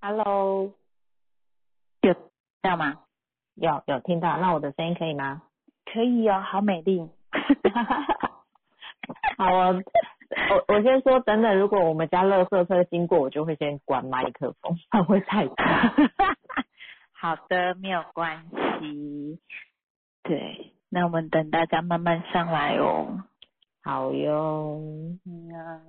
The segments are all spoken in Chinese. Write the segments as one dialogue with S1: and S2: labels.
S1: Hello，
S2: 有听到吗？
S1: 有有听到？那我的声音可以吗？
S2: 可以哦，好美丽。
S1: 好，我 我我先说，等等，如果我们家垃圾车经过，我就会先关麦克风，它会太大。
S2: 好的，没有关系。对，那我们等大家慢慢上来哦。
S1: 好哟，
S2: 嗯啊，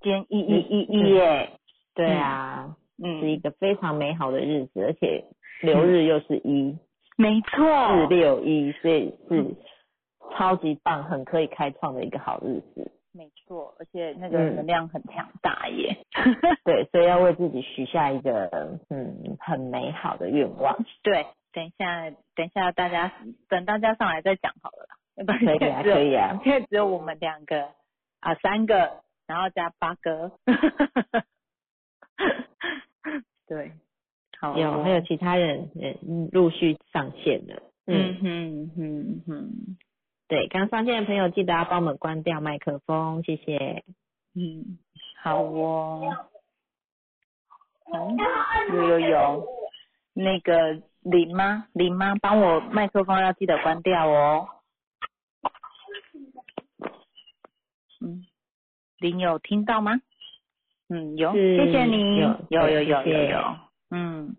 S2: 今天一一一一耶，
S1: 对啊，是一
S2: 嗯，
S1: 个非常美好的日子，而且六日又是一
S2: 没
S1: 四
S2: 错，
S1: 六一，所以是超级棒，很可以开创的一个好日子。
S2: 没错，而且那个
S1: 嗯
S2: 能量很强大耶。
S1: 对，所以要为自己许下一个嗯很美好的愿 望。
S2: 对，等一下，等一下，大家等大家上来再讲好了啦，要不然
S1: 可以
S2: 现在
S1: 啊，
S2: 只有
S1: 可以啊。
S2: 现在只有我们两个啊，三个，然后加八哥。 对，好哦
S1: 有，还有其他人嗯陆续上线了。嗯，
S2: 嗯哼哼哼
S1: 对，刚上线的朋友记得要帮我们关掉麦克风，谢谢。
S2: 嗯，好哦。
S1: 哦
S2: 嗯，有有有，那个林妈，林妈，帮我麦克风要记得关掉哦。嗯，林有听到吗？嗯，有，
S1: 是
S2: 谢谢你，
S1: 有
S2: 有有
S1: 对谢
S2: 有有
S1: 谢
S2: 有，嗯，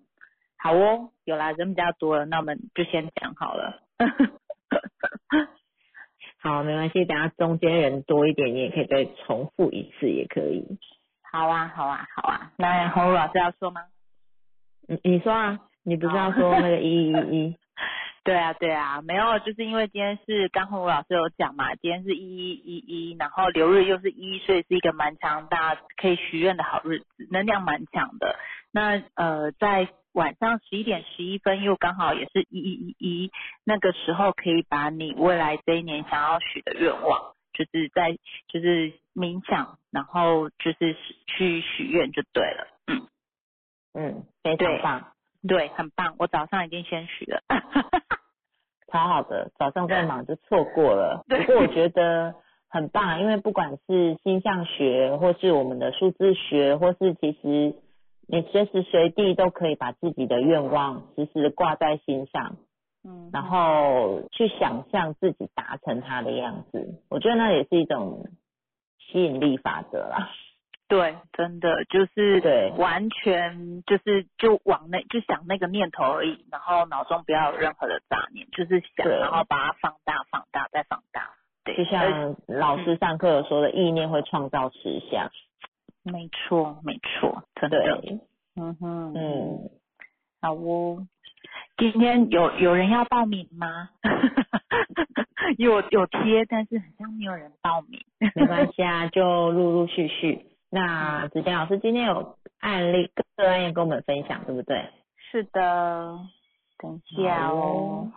S2: 好哦，有啦，人比较多了，那我们就先讲好了。
S1: 好，没关系，等下中间人多一点，你也可以再重复一次，也可以。
S2: 好啊，好啊，好啊，那洪儒老师要说吗？
S1: 嗯，你说啊，你不是要说那个一一一？
S2: 对啊，对啊，没有，就是因为今天是刚洪武老师有讲嘛，今天是一一一一，然后流日又是一，所以是一个蛮强大可以许愿的好日子，能量蛮强的。那呃，在晚上十一点十一分又刚好也是一一一一，那个时候可以把你未来这一年想要许的愿望，就是在就是冥想，然后就是去许愿就对了。嗯，
S1: 嗯，非常
S2: 对
S1: 棒，
S2: 对，很棒，我早上已经先许了。
S1: 超好的。早上在忙就错过了，不
S2: 对
S1: 过我觉得很棒啊，因为不管是星象学，或是我们的数字学，或是其实你随时随地都可以把自己的愿望时时的挂在心上，
S2: 嗯
S1: 然后去想象自己达成它的样子。我觉得那也是一种吸引力法则啦。
S2: 对，真的就是
S1: 对
S2: 完全就是就往那就想那个念头而已，然后脑中不要有任何的杂念，就是想，
S1: 对
S2: 然后把它放大、放大再放大。对，呃
S1: 就
S2: 而
S1: 像老师上课有说的，意念会创造实相。
S2: 没错，没错，真
S1: 对，
S2: 的。嗯哼，，
S1: 嗯，
S2: 好哦。今天有有人要报名吗？ 有有贴，但是好像没有人报名。
S1: 没关系啊，就陆陆续续。
S2: 嗯
S1: 那子健老师今天有案例个案要跟我们分享，对不对？
S2: 是的，等一下
S1: 好
S2: 哦
S1: 哦，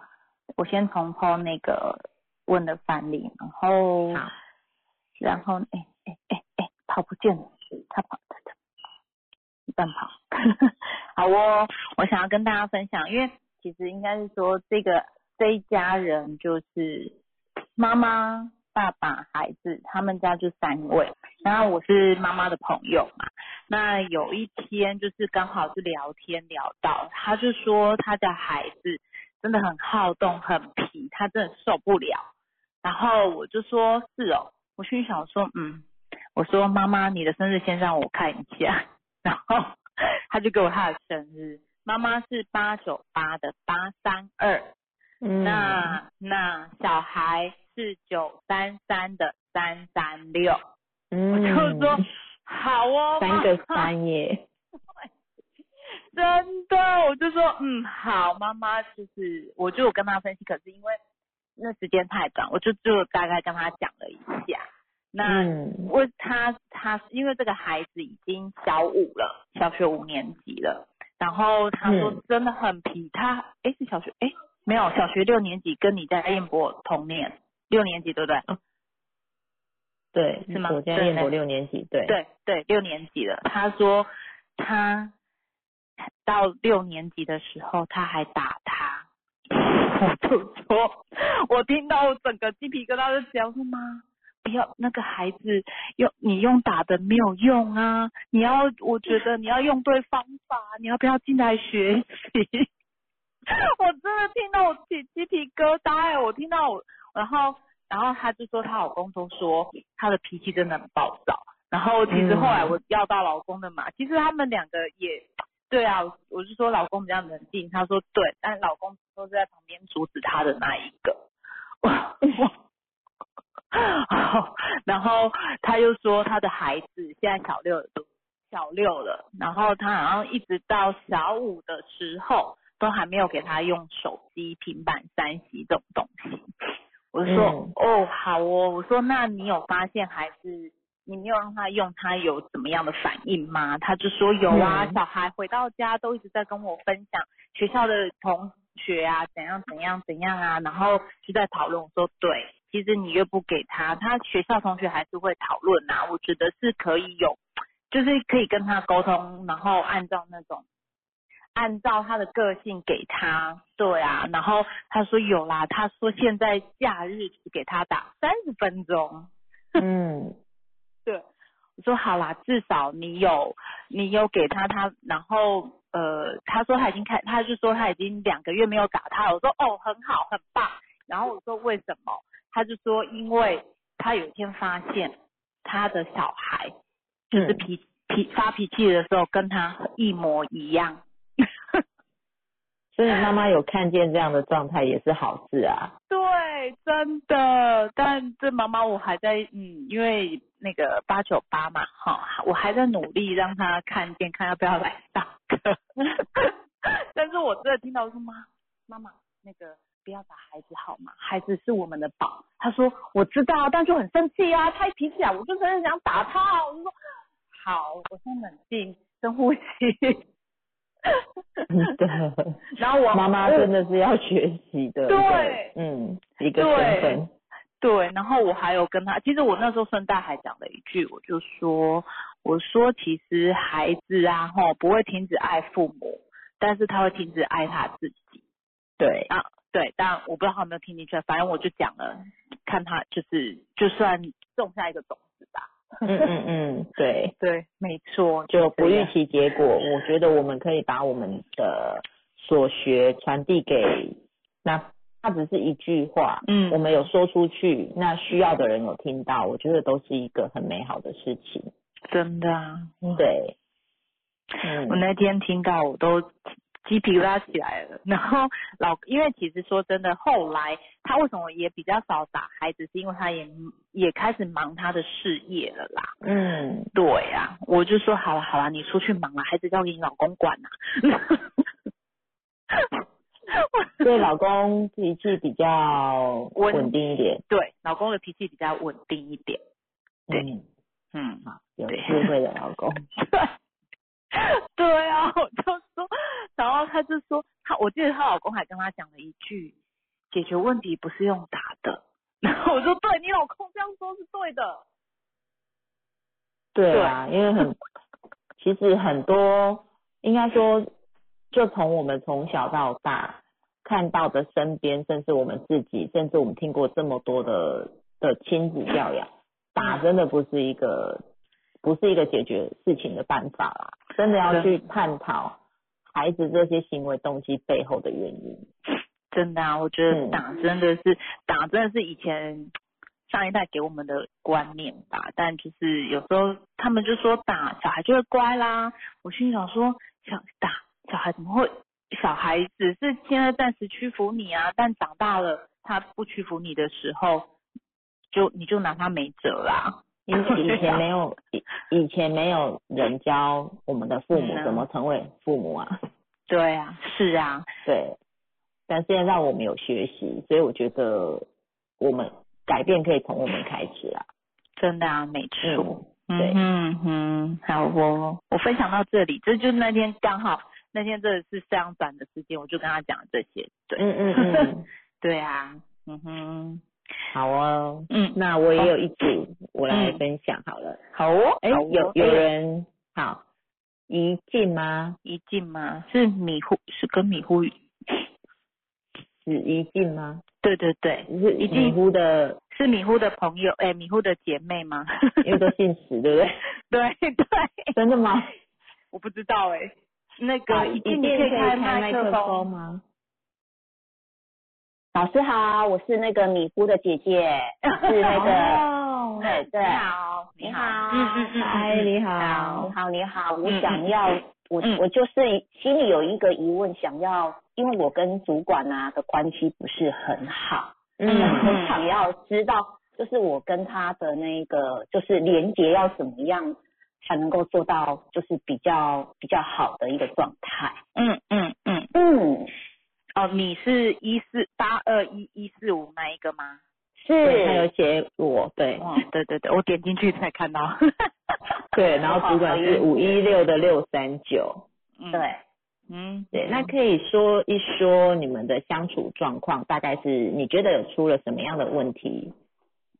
S2: 我先重抛那个问的范例，然后
S1: 好，
S2: 然后哎哎哎哎，跑不见了，他跑他他乱跑。 好哦，我想要跟大家分享，因为其实应该是说这个这一家人就是妈妈、爸爸、孩子，他们家就三位。然后我是妈妈的朋友嘛，那有一天就是刚好是聊天聊到，他就说他的孩子真的很好动、很皮，他真的受不了。然后我就说是哦，我心里想说，嗯，我说妈妈，你的生日先让我看一下， 然后他就给我他的生日，妈妈是八九八的八三二，
S1: 嗯
S2: 那那小孩是九三三的三三六，我
S1: 嗯
S2: 就 说好哦，
S1: 三 个
S2: 妈妈
S1: 三耶，
S2: 真的，我就说嗯好，妈妈就是我就有跟她分析，可是因为那时间太短，我就只有大概跟她讲了一下。那
S1: 嗯
S2: 我她她因为这个孩子已经小五了，小学五年级了，然后她说
S1: 嗯
S2: 真的很皮，她诶是小学诶没有小学六年级，跟你在燕博同年六年级对不对？
S1: 对，
S2: 是吗
S1: 我现在
S2: 对
S1: 念博
S2: 对
S1: 六年级，对，
S2: 对对，六年级了。他说他到六年级的时候，他还打他。 我就说，我听到我整个鸡皮疙瘩就起来。我说妈，不要那个孩子用你用打的没有用啊，你要我觉得你要用对方法，你要不要进来学习？ 我真的听到我起鸡皮疙瘩哎，我听到我，然后然后她就说她老公都说她的脾气真的很暴躁，然后其实后来我要到老公的嘛，其实他们两个也对啊，我就说老公比较冷静，她说对，但老公都是在旁边阻止她的那一个， 哇哇。 然后他又说他的孩子现在小六了，小六了，然后他好像一直到小五的时候都还没有给他用手机、平板、三 C 这种东西。我就说、
S1: 嗯
S2: 哦，好哦，我说那你有发现孩子你没有让他用，他有怎么样的反应吗？他就说有啊，
S1: 嗯
S2: 小孩回到家都一直在跟我分享学校的同学啊，怎样怎样怎样啊，然后就在讨论。我说对，其实你越不给他，他学校同学还是会讨论啊。我觉得是可以有，就是可以跟他沟通，然后按照那种。按照他的个性给他，对啊，然后他说有啦，他说现在假日只给他打三十分钟，
S1: 嗯，
S2: 对，我说好啦，至少你有你有给他他，然后呃，他说他已经开，他就说他已经两个月没有打他了。我说哦，很好，很棒。然后我说为什么？他就说因为他有一天发现他的小孩就是
S1: 嗯
S2: 脾脾发脾气的时候跟他一模一样。
S1: 所以妈妈有看见这样的状态也是好事 啊。
S2: 对，真的，但这妈妈我还在，嗯，因为那个八九八嘛，哈，我还在努力让她看见，看要不要来上课。 但是我真的听到说妈妈妈那个不要打孩子好吗？孩子是我们的宝。她说我知道，但就很生气啊，他一脾气啊，我就真的想打他啊。我就说好，我先冷静，深呼吸。
S1: 对，
S2: 然后我
S1: 妈妈
S2: 我
S1: 真的是要学习的。
S2: 嗯对
S1: 嗯，一个身份。
S2: 对，然后我还有跟他，其实我那时候顺带还讲了一句，我就说，我说其实孩子啊，吼不会停止爱父母，但是他会停止爱他自己。
S1: 对，
S2: 啊，对，但我不知道他有没有听进去，反正我就讲了，看他就是就算种下一个种子吧。
S1: 嗯嗯嗯，对。
S2: 对，没错，
S1: 就不
S2: 这
S1: 预
S2: 样
S1: 期结果，我觉得我们可以把我们的所学传递给那，它只是一句话，
S2: 嗯
S1: 我们有说出去，那需要的人有听到，我觉得都是一个很美好的事情。
S2: 真的啊，我
S1: 对，
S2: 我
S1: 嗯，
S2: 那天听到我都鸡皮疙瘩起来了。然后老，因为其实说真的，后来他为什么也比较少打孩子，是因为他也也开始忙他的事业了啦。
S1: 嗯，
S2: 对啊，我就说好了好了，你出去忙了，孩子交给你老公管啊啦、
S1: 所以老公脾气比较
S2: 稳
S1: 稳定一点，
S2: 对，老公的脾气比较稳定一点。对
S1: 嗯，
S2: 嗯，
S1: 好，有
S2: 对
S1: 智慧的老公，
S2: 对， 对啊，我就说，然后她就说，她我记得她老公还跟她讲了一句，解决问题不是用打的。 然后我说，对你老公这样说是对的。
S1: 对啊，因为很，其实很多应该说，就从我们从小到大看到的身边，甚至我们自己，甚至我们听过这么多的的亲子教养，
S2: 嗯
S1: 打真的不是一个不是一个解决事情的办法啦，真的要去探讨孩子这些行为动机背后的原因。
S2: 真的啊，我觉得
S1: 嗯
S2: 打真的是、打真的是以前上一代给我们的观念吧，但就是有时候他们就说打小孩就会乖啦，我心里想说小打小孩怎么会？小孩只是现在暂时屈服你啊，但长大了他不屈服你的时候，就你就拿他没辙啦。
S1: 因为以前没 有以以前没有人教我们的父母
S2: 啊嗯啊
S1: 怎么成为父母啊，
S2: 对啊，是啊，
S1: 对，但现在让我们有学习，所以我觉得我们改变可以从我们开始啦。
S2: 真的啊，没错。
S1: 嗯，对
S2: 嗯哼，好哦，我分享到这里，这就是那天刚好那天真的是非常短的时间，我就跟他讲了这些，对，
S1: 嗯嗯嗯，
S2: 对啊，嗯哼，
S1: 好哦。
S2: 嗯，
S1: 那我也有一组，我来分享好了。
S2: 好哦，
S1: 哎、
S2: 好哦
S1: 有有人好，怡静吗？
S2: 一进吗？是米糊，是跟米糊
S1: 史怡静吗？
S2: 对对对，
S1: 就是米
S2: 怡静
S1: 糊的，
S2: 是米糊的朋友，哎，米糊的姐妹吗？
S1: 因为都姓史，对不对？
S2: 对对，
S1: 真的吗？
S2: 我不知道哎。那
S1: 好
S2: 个怡静，你可以开麦克风。
S1: 吗？
S3: 老师好，我是那个米糊的姐姐，是那 个，
S1: 哦
S3: 对对，
S2: 你好，
S3: 你
S2: 好，
S3: 好
S2: 嗯嗯嗯，
S1: 嗨，你
S3: 你
S1: 好，
S3: 好你好，我
S2: 嗯
S3: 想要，我
S2: 嗯
S3: 我就是心里有一个疑问，想要，因为我跟主管啊的关系不是很好，
S2: 嗯
S3: 我想要知道，就是我跟他的那个，就是连接要怎么样才能够做到，就是比较比较好的一个状态。
S2: 嗯嗯嗯，
S3: 嗯，
S2: 哦，你是一四八二一一四五那一个吗？
S1: 对，他有
S3: 是，
S1: 写我，对
S2: 哦，对对对，我点进去才看 到。
S1: 对，然后主管是五一六的六三九，
S2: 嗯，
S3: 对，
S2: 嗯，
S1: 对，那可以说一说你们的相处状况，大概是你觉得有出了什么样的问题？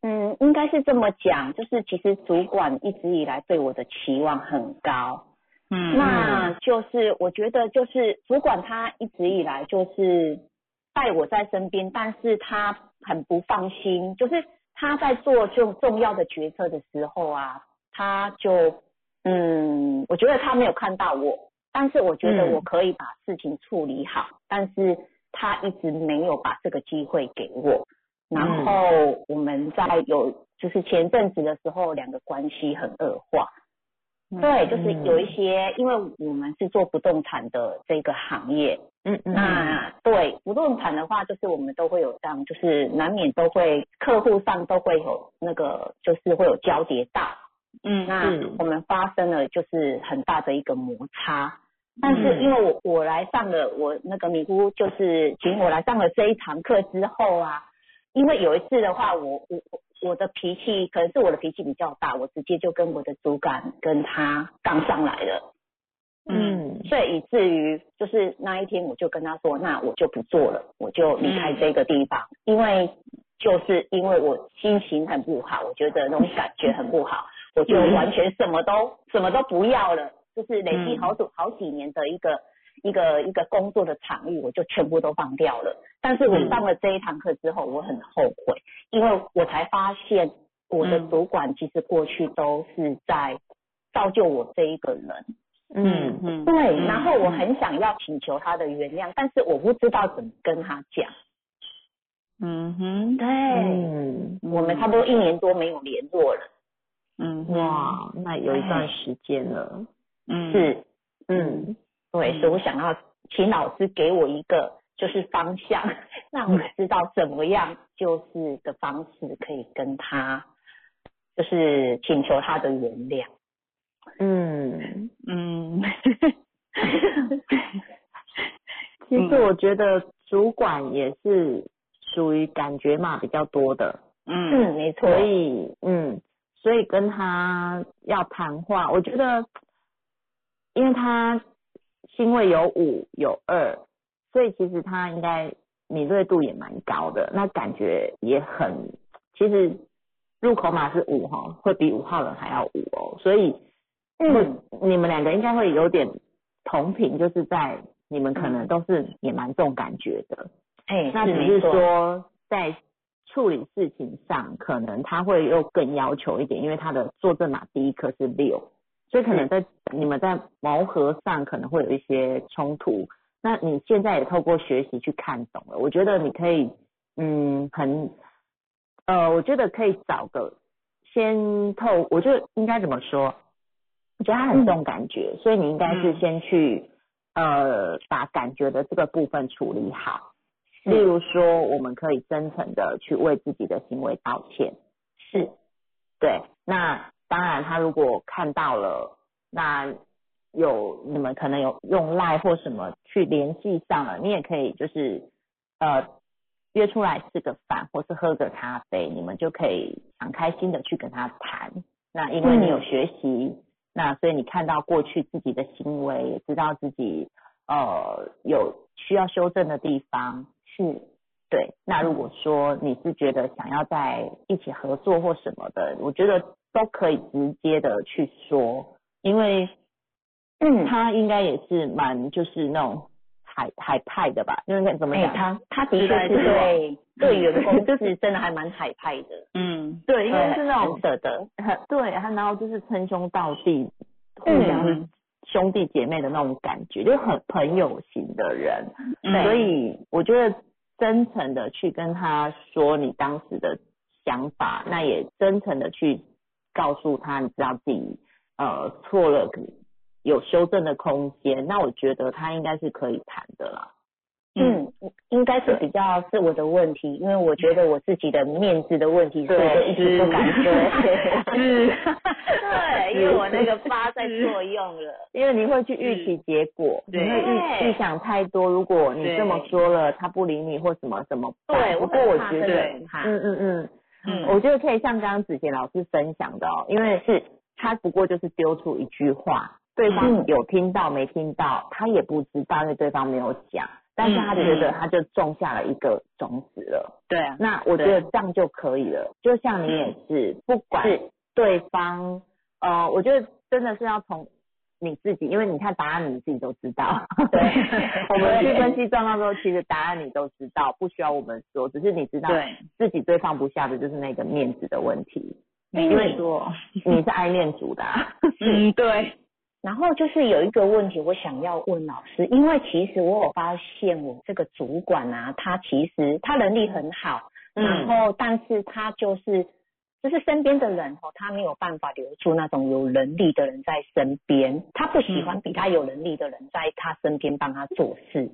S3: 嗯，应该是这么讲，就是其实主管一直以来对我的期望很高，
S2: 嗯，
S3: 那就是我觉得就是主管他一直以来就是带我在身边，但是他很不放心，就是他在做就重要的决策的时候啊，他就嗯，我觉得他没有看到我，但是我觉得
S1: 嗯
S3: 我可以把事情处理好，但是他一直没有把这个机会给我。
S2: 嗯
S3: 然后我们在有就是前阵子的时候，两个关系很恶化，
S2: 嗯
S3: 对，就是有一些，因为我们是做不动产的这个行业，
S1: 嗯嗯，
S3: 那对不动产的话，就是我们都会有这样，就是难免都会客户上都会有那个，就是会有交叠到，
S2: 嗯
S3: 那
S1: 是
S3: 我们发生了就是很大的一个摩擦。但是因为我我来上了我那个米姑，就是请我来上了这一堂课之后啊，因为有一次的话，我我我我的脾气可能是我的脾气比较大，我直接就跟我的主管跟他杠上来了，
S1: 嗯
S3: 所以以至于就是那一天我就跟他说，那我就不做了，我就离开这个地方，
S1: 嗯
S3: 因为就是因为我心情很不好，我觉得那种感觉很不好，
S1: 嗯
S3: 我就完全什么都什么都不要了，就是累积好
S1: 嗯
S3: 多好几年的一个一个一个工作的场域，我就全部都放掉了。但是我
S1: 嗯
S3: 上了这一堂课之后，我很后悔，因为我才发现我的
S2: 嗯
S3: 主管其实过去都是在造就我这一个人。
S1: 嗯嗯，
S2: 嗯，
S3: 对，
S2: 嗯
S3: 然后我很想要请求他的原谅，但是我不知道怎么跟他讲。
S2: 嗯哼，
S3: 对，
S1: 嗯，
S3: 我们差不多一年多没有联络了。
S2: 嗯，
S1: 哇，那有一段时间了，
S2: 嗯，
S3: 是，
S1: 嗯，
S3: 对，所以我想要请老师给我一个就是方向， 让我知道怎么样就是的方式可以跟他，就是请求他的原谅。
S1: 嗯，
S2: 嗯，
S1: 其实我觉得主管也是属于感觉嘛比较多的，
S2: 嗯
S3: 嗯，没错。
S1: 所以嗯，所以跟他要谈话，我觉得，因为他星位有五有二，所以其实他应该敏锐度也蛮高的，那感觉也很，其实入口码是五哈，会比五号人还要五哦，所以
S3: 嗯，
S1: 你们两个应该会有点同频，就是在你们可能都是也蛮重感觉的，
S3: 哎，
S1: 那
S3: 是
S1: 只
S3: 没
S1: 是
S3: 错。
S1: 说在处理事情上，可能他会又更要求一点，因为他的坐证码第一颗是六，所以可能在你们在磨合上可能会有一些冲突。那你现在也透过学习去看懂了，我觉得你可以，嗯，很，呃，我觉得可以找个先透，我觉得应该怎么说？我觉得他很
S3: 嗯
S1: 重感觉，所以你应该是
S2: 嗯
S1: 先去，呃，把感觉的这个部分处理好。
S3: 是
S1: 例如说，我们可以真诚的去为自己的行为道歉。
S3: 是，
S1: 对，那当然，他如果看到了，那有你们可能有用赖或什么去联系上了，你也可以就是呃约出来吃个饭，或是喝个咖啡，你们就可以很开心的去跟他谈。那因为你有学习，那所以你看到过去自己的行为，也知道自己呃有需要修正的地方，是对。那如果说你是觉得想要在一起合作或什么的，我觉得都可以直接的去说，因为
S3: 嗯，
S1: 他应该也是蛮就是那种海海派的吧？就是那怎么
S3: 哎、
S1: 讲？
S3: 他他的
S2: 是
S3: 确
S2: 在
S3: 是
S2: 这个
S3: 对对员 工
S1: 就是
S3: 真的还蛮海派的，
S2: 嗯，
S1: 对，因为是那
S3: 很
S1: 种
S3: 舍得，
S1: 很对，他然后就是称兄道弟，互
S3: 嗯
S1: 相是兄弟姐妹的那种感觉，就是很朋友型的人。
S2: 嗯
S1: 所以我觉得真诚的去跟他说你当时的想法，那也真诚的去告诉他，你知道自己呃错了，有修正的空间。那我觉得他应该是可以谈的啦。
S3: 嗯，应该是比较是我的问题，因为我觉得我自己的面子的问题，所以我就一直不敢说。
S2: 是
S3: 对，因为我那个疤在作用了。
S1: 因为你会去预期结果，你
S2: 对
S1: 会预
S3: 嗯对
S1: 预想太多。如果你
S2: 对
S1: 这么说了，他不理你或什么什么办，
S3: 对，
S1: 不
S3: 我
S1: 过我觉
S3: 真的
S1: 得，
S3: 很怕。
S1: 嗯嗯嗯，
S2: 嗯
S1: 我觉得可以像刚刚子贤老师分享的哦，因为是他不过就是丢出一句话，对
S3: 嗯
S1: 方有听到没听到，他也不知道，因为对方没有讲，但是他觉得
S2: 嗯嗯
S1: 他就种下了一个种子了。
S2: 对嗯啊，
S1: 那我觉得这样就可以了。就像你也是，不管
S3: 是
S1: 对方，呃，我觉得真的是要从你自己，因为你看答案你自己都知道。
S3: 对
S1: 我们去
S3: 对
S1: 分析状况之后，其实答案你都知道，不需要我们说，只是你知道
S2: 对，
S1: 自己最放不下的就是那个面子的问题。
S2: 没
S1: 因为
S2: 错，
S1: 你是爱面族的、 啊，
S2: 嗯，对，
S3: 然后就是有一个问题，我想要问老师，因为其实我有发现我这个主管啊，他其实他能力很好，
S1: 嗯
S3: 然后但是他就是就是身边的人哦，他没有办法留住那种有能力的人在身边，他不
S1: 嗯
S3: 喜欢比他有能力的人在他身边帮他做事。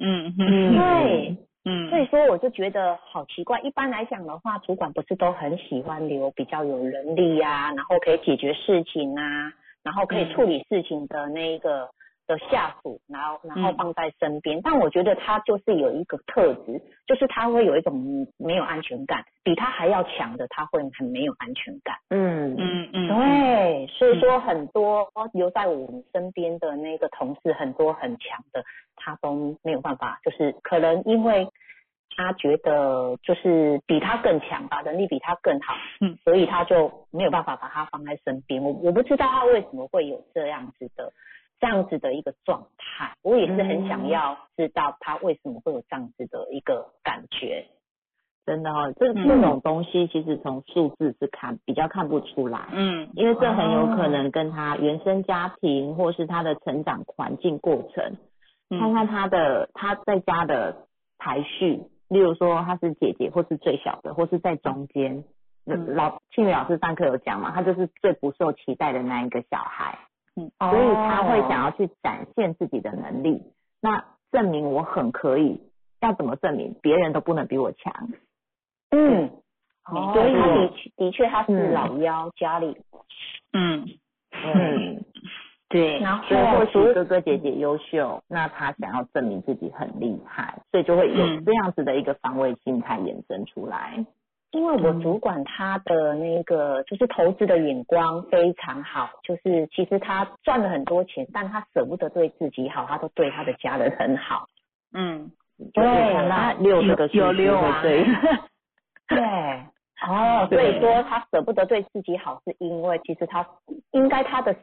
S2: 嗯
S1: 嗯
S3: 对，
S2: 嗯
S3: 所以说我就觉得好奇怪。一般来讲的话，主管不是都很喜欢留比较有能力呀、然后可以解决事情啊，然后可以处理事情的那一个的下属，然后然后放在身边。但我觉得他就是有一个特质，就是他会有一种没有安全感，比他还要强的他会很没有安全感。
S1: 嗯
S2: 嗯嗯，
S3: 对，所以说很多留在我们身边的那个同事，很多很强的，他都没有办法，就是可能因为他觉得就是比他更强吧，能力比他更好，
S2: 嗯，
S3: 所以他就没有办法把他放在身边。我我不知道他为什么会有这样子的这样子的一个状态，我也是很
S2: 嗯
S3: 想要知道他为什么会有这样子的一个感觉。
S1: 真的哦，这
S2: 嗯
S1: 这种东西其实从数字是看比较看不出来，
S2: 嗯
S1: 因为这很有可
S2: 哦
S1: 能跟他原生家庭或是他的成长环境过程，
S2: 嗯
S1: 看看他的他在家的排序，例如说他是姐姐或是最小的，或是在中间。
S2: 嗯
S1: 老庆宇老师上课有讲嘛，他就是最不受期待的那一个小孩，所
S2: 哦
S3: 所
S1: 以
S3: 以
S1: 他
S3: 他
S1: 会
S3: 会
S1: 想
S3: 想
S1: 要去展现自己的能力，那证明我很可以，要怎么证明？别人都不能比我强，
S3: 嗯，
S1: 哦
S3: 所以他
S1: 嗯
S3: 的的确他是
S1: 嗯
S3: 老幺，家里
S2: 嗯，
S1: 嗯，
S2: 对，啊
S3: 然
S1: 所以
S3: 后
S1: 或
S3: 除
S1: 许哥哥姐姐优秀，那他想要证明自己很厉害，所以就会有
S2: 嗯
S1: 这样子的一个防卫心态衍生出来。
S3: 因为我主管他的那个就是投资的眼光非常好，就是其实他赚了很多钱，但他舍不得对自己好，他都对他的家人很好。
S2: 嗯，
S1: 对
S3: 对
S1: 那六这个数字
S2: 有有六啊
S1: 会对，
S3: 对，哦， 所
S1: 对
S3: 以说他舍不得对自己好，是因为其实他应该他的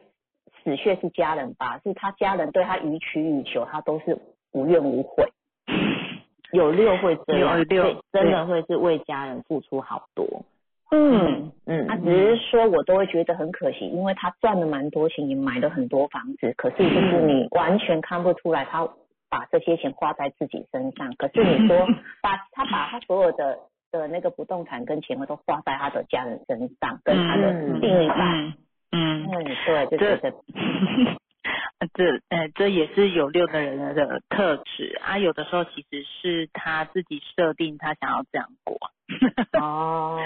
S3: 死穴是家人吧，是他家人对他予取予求，他都是无怨无悔。
S1: 有六会这样，
S2: 有六
S1: 对真的会是为家人付出好多。
S2: 嗯
S1: 嗯，
S3: 他只是说，我都会觉得很可惜，因为他赚了蛮多钱，也买了很多房子，可是就是
S1: 嗯
S3: 你完全看不出来他把这些钱花在自己身上。可是你说
S1: 嗯
S3: 把他把他所有的的那个不动产跟钱都花在他的家人身上，跟他的
S1: 嗯
S3: 另一半。
S2: 嗯嗯
S3: 嗯，，对，就
S2: 这
S3: 觉得嗯
S2: 这呃，这也是有六的人的特质啊。有的时候其实是他自己设定他想要这样过。
S3: 哦，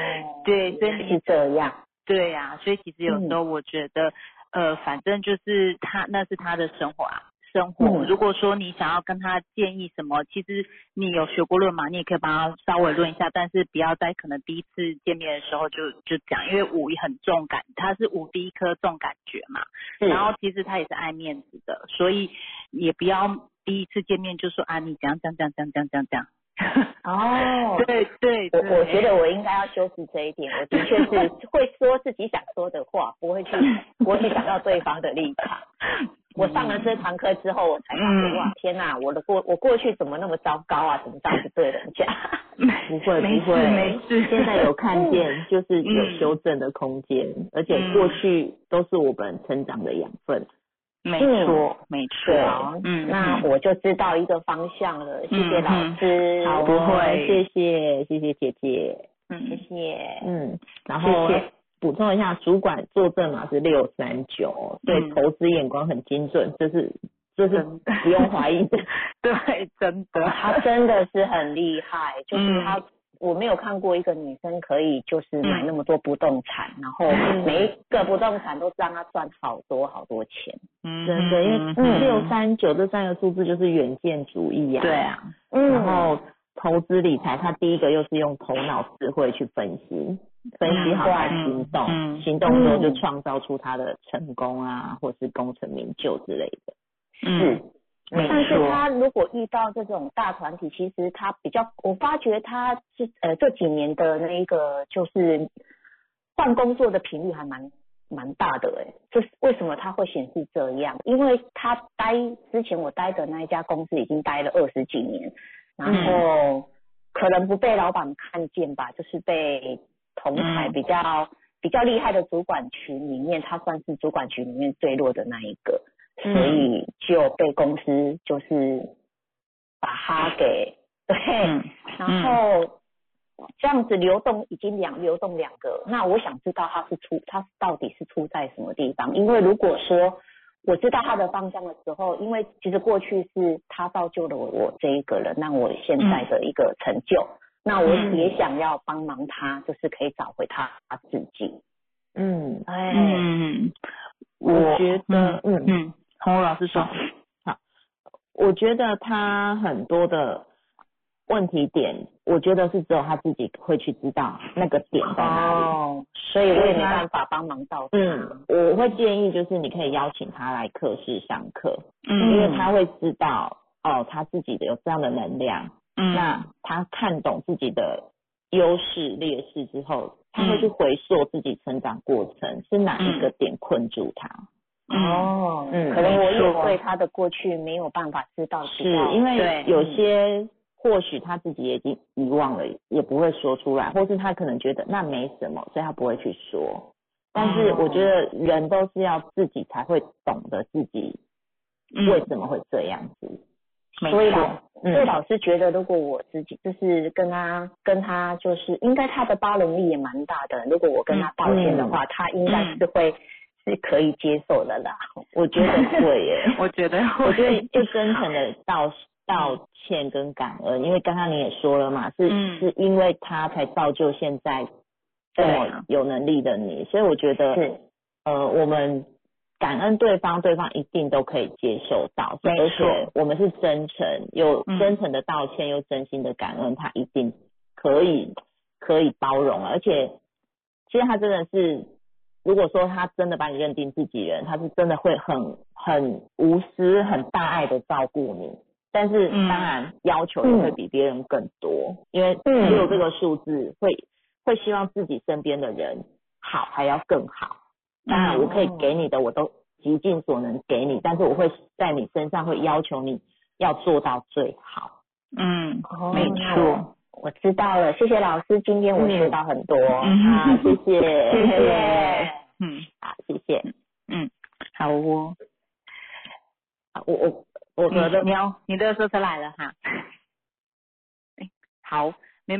S2: 对所以
S3: 原来是这样，
S2: 对呀、所以其实
S1: 嗯
S2: 有时候我觉得，呃，反正就是他那是他的生活啊，生活。
S3: 嗯
S2: 如果说你想要跟他建议什么，其实你有学过论嘛，你也可以帮他稍微论一下，但是不要在可能第一次见面的时候就就讲，因为五也很重感，他是五第一颗重感觉嘛，
S1: 是
S2: 然后其实他也是爱面子的，所以也不要第一次见面就说啊，你怎样怎样怎样怎样怎样怎样。
S3: 哦。
S2: 对对
S3: 我
S2: 对，
S3: 我觉得我应该要修饰这一点，我的确是会说自己想说的话，不会去不会去想到对方的立场。我上了这堂课之后，我才发现，
S2: 嗯
S3: 哇，天哪、我的过我过去怎么那么糟糕啊？怎么这样子对人家？
S1: 不会
S2: 没
S1: 不会
S2: 事没事，嗯
S1: 现在有看 见，就是有修正的空间，而且过去都是我们成长的养分。
S2: 没错没错
S3: 对啊，，
S2: 嗯，
S3: 那
S2: 嗯
S3: 我就知道一个方向了。谢谢老师，
S2: 好不会
S1: 哦谢谢谢谢姐姐，
S3: 谢
S2: 嗯
S3: 谢。
S1: 嗯，然后
S3: 谢谢
S1: 补充一下，主管坐证码是六三九，对
S2: 嗯
S1: 投资眼光很精准，这是这是 不用怀疑 的。
S2: 对，真的，
S3: 她真的是很厉害，就是
S2: 嗯
S3: 她，我没有看过一个女生可以就是买那么多不动产，然后
S2: 嗯
S3: 每一个不动产都让她赚好多好多钱。
S2: 嗯
S1: 真的，因为嗯六三九这三个数字就是远见主义啊。
S2: 对。啊，
S3: 嗯
S1: 然后投资理财，它第一个又是用头脑智慧去分析，分析好再行动，
S2: 嗯嗯
S1: 行动之后就创造出它的成功啊，或是功成名就之类的。
S2: 嗯，没
S3: 但是
S2: 错，
S3: 他如果遇到这种大团体，其实他比较，我发觉他是呃这几年的那一个就是换工作的频率还蛮蛮大的哎、这是为什么他会显示这样？因为他待之前我待的那一家公司已经待了二十几年，然后可能不被老板看见吧，就是被同台
S2: 嗯
S3: 比较、比较厉害的主管群里面，他算是主管群里面最弱的那一个。所以就被公司就是把他给 对，
S2: 嗯
S3: 然后这样子流动已经两流动两个，那我想知道他是出他到底是出在什么地方？因为如果说我知道他的方向的时候，因为其实过去是他造就了我我这一个人，让我现在的一个成就，那我
S2: 嗯
S3: 也想要帮忙他，就是可以找回他自己。
S1: 嗯，
S3: 哎，
S2: 嗯，
S1: 我
S2: 我
S1: 觉得，嗯，
S2: 嗯，洪武老师说，
S1: 我觉得他很多的问题点，我觉得是只有他自己会去知道那个点在哪里。
S3: 哦，所以我也没办法帮忙到他。
S1: 嗯，我会建议就是你可以邀请他来课室上课，
S2: 嗯，
S1: 因为他会知道哦，他自己的有这样的能量，
S2: 嗯，
S1: 那他看懂自己的优势劣势之后，他会去
S2: 嗯
S1: 回溯自己成长过程是哪一个点困住他。
S2: 嗯
S3: 哦，
S1: 嗯
S3: 可能我
S2: 没错
S3: 也对他的过去没有办法知道，
S1: 是
S3: 知道
S1: 因
S2: 对
S1: 为有些或许他自己也已经遗忘了，也不会说出来，或是他可能觉得那没什么，所以他不会去说。但是
S3: 哦
S1: 我觉得人都是要自己才会懂得自己
S3: 嗯
S1: 为什么会这样子。
S2: 嗯没
S3: 所以
S2: 错，
S3: 老，
S1: 嗯
S3: 所以老师觉得，如果我自己就是跟他跟他就是，应该他的包容力也蛮大的。如果我
S1: 嗯
S3: 跟他道歉的话，他应该是会是可以接受的啦。
S1: 我觉得会耶，
S2: 我觉得，
S1: 我 觉得就真诚的道道歉跟感恩，因为刚刚你也说了嘛，是、
S2: 嗯
S1: 是因为他才造就现在这
S2: 对啊
S1: 么有能力的你，所以我觉得
S3: 是，
S1: 呃，我们感恩对方，对方一定都可以接受到，
S2: 没错
S1: 而且我们是真诚，有
S2: 嗯
S1: 真诚的道歉，又真心的感恩，他一定可以可以包容，啊而且其实他真的是，如果说他真的把你认定自己人，他是真的会很很无私、很大爱的照顾你。但是
S2: 嗯
S1: 当然要求也会比别人更多，因为
S3: 嗯
S1: 只有这个数字会会希望自己身边的人好，还要更好。当然，我可以给你的我都极尽所能给你，但是我会在你身上会要求你要做到最好。
S2: 嗯，
S3: 哦
S2: 没错，
S3: 我知道了，谢谢老师，今天我学到很多。
S2: 嗯
S1: 啊，谢 谢，
S3: 谢谢，
S2: 嗯
S1: 啊，谢谢。
S2: 嗯，好哦，
S1: 啊我我我觉得
S2: 你要你的车车来了哈。 哎好，没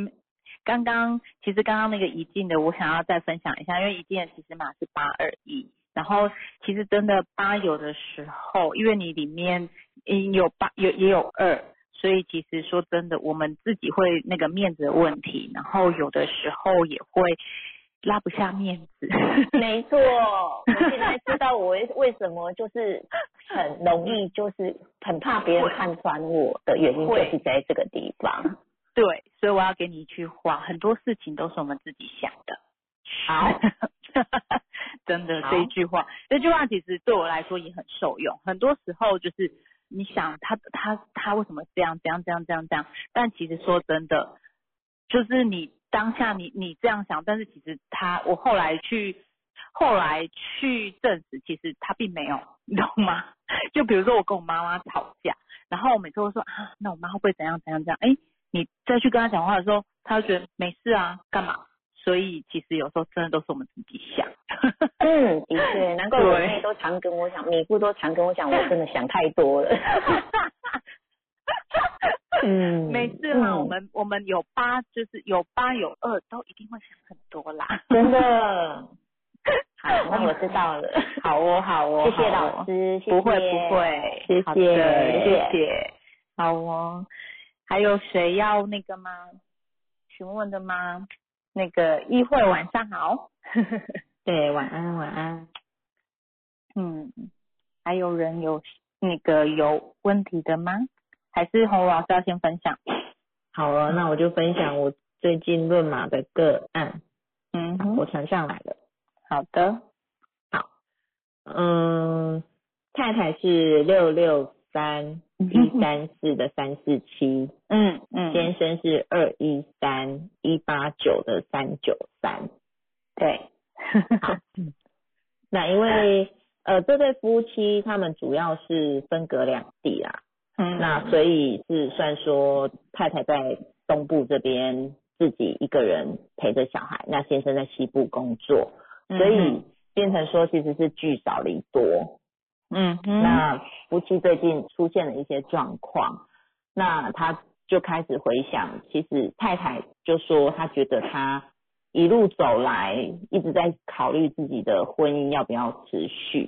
S2: 刚刚其实刚刚那个怡静的，我想要再分享一下，因为怡静的其实码是八二一，然后其实真的八有的时候，因为你里面嗯有八有也有二，所以其实说真的，我们自己会那个面子的问题，然后有的时候也会拉不下面子。
S3: 没错，我现在知道我为为什么就是很容易，就是很怕别人看穿我的原因，就
S2: 会
S3: 是在这个地方。
S2: 对，所以我要给你一句话，很多事情都是我们自己想的。
S3: 好，
S2: 真的
S3: 好
S2: 这一句话，这句话其实对我来说也很受用。很多时候就是你想他他他为什么这样这样这样这样这样，但其实说真的，就是你当下你你这样想，但是其实他我后来去后来去证实，其实他并没有，你懂吗？就比如说我跟我妈妈吵架，然后我每次都说啊，那我妈会不会怎样怎样怎样？哎，你再去跟她讲话的时候，她就觉得没事啊，干嘛？所以其实有时候真的都是我们自己 想。
S3: 嗯，的确，难怪我
S2: 对
S3: 妹都常跟我讲，米姑都常跟我讲，我真的想太多了。
S1: 嗯，
S2: 没事啦，
S3: 嗯
S2: 我们我们有八，就是有八有二，都一定会想很多啦。
S3: 真的。好，那我知 道了。
S2: 好哦，好哦
S3: 谢谢老师，谢谢
S2: 不会不，会，
S1: 谢
S3: 好
S1: 谢，
S2: 对，
S3: 谢
S2: 谢谢，好哦。还有谁要那个吗？询问的吗？那个议会晚上好。
S1: 对，晚安，晚安。
S2: 嗯，还有人有那个有问题的吗？还是洪老师要先分享？
S1: 好了，那我就分享我最近论马的个案，
S2: 嗯哼，
S1: 我传上来了。
S2: 好的，
S1: 嗯，太太是六六三
S3: 嗯
S1: 一三四的三四七，
S2: 嗯嗯，
S1: 先生是二一三一八九的三九三。
S2: 对，
S1: 那因为呃这对夫妻他们主要是分隔两地啦，
S2: 嗯，
S1: 那所以是算说太太在东部这边自己一个人陪着小孩，那先生在西部工作，所以变成说其实是聚少离多。
S2: 嗯哼，
S1: 那夫妻最近出现了一些状况，那他就开始回想，其实太太就说她觉得她一路走来一直在考虑自己的婚姻要不要持续，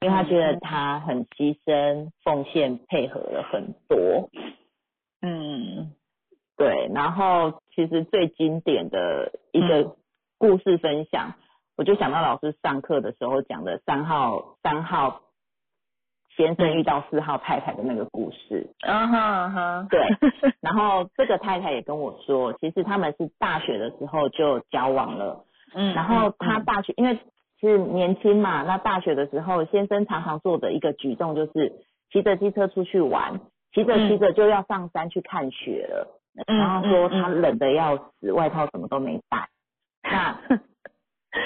S1: 因为她觉得她很牺牲、奉献、配合了很多。
S2: 嗯
S1: 对，然后其实最经典的一个故事分享，我就想到老师上课的时候讲的三号三号先生遇到四号太太的那个故事。
S2: 啊哈啊哈，
S1: 对，然后这个太太也跟我说，其实他们是大学的时候就交往了，
S2: 嗯，
S1: 然后他大学因为是年轻嘛，那大学的时候先生常常做的一个举动就是骑着机车出去玩，骑着骑着就要上山去看雪了。
S2: 嗯
S1: 然后说他冷的要死，外套什么都没带。 那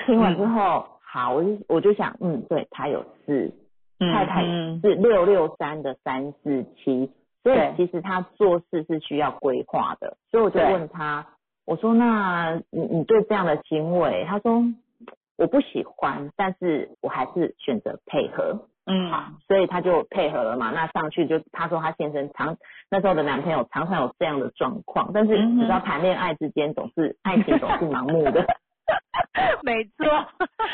S1: 听完
S2: 嗯
S1: 之后，好，我就我就想，嗯，对他有事，太太
S2: 嗯
S1: 是六六三的三四七，所以
S2: 对
S1: 其实他做事是需要规划的，所以我就
S2: 对
S1: 问他，我说那嗯你你对这样的行为，他说我不喜欢，但是我还是选择配合。
S2: 嗯
S1: 所以他就配合了嘛。那上去就他说他先生常那时候的男朋友常常有这样的状况，但是
S2: 嗯哼
S1: 你知道谈恋爱之间总是爱情总是盲目的，
S2: 没错，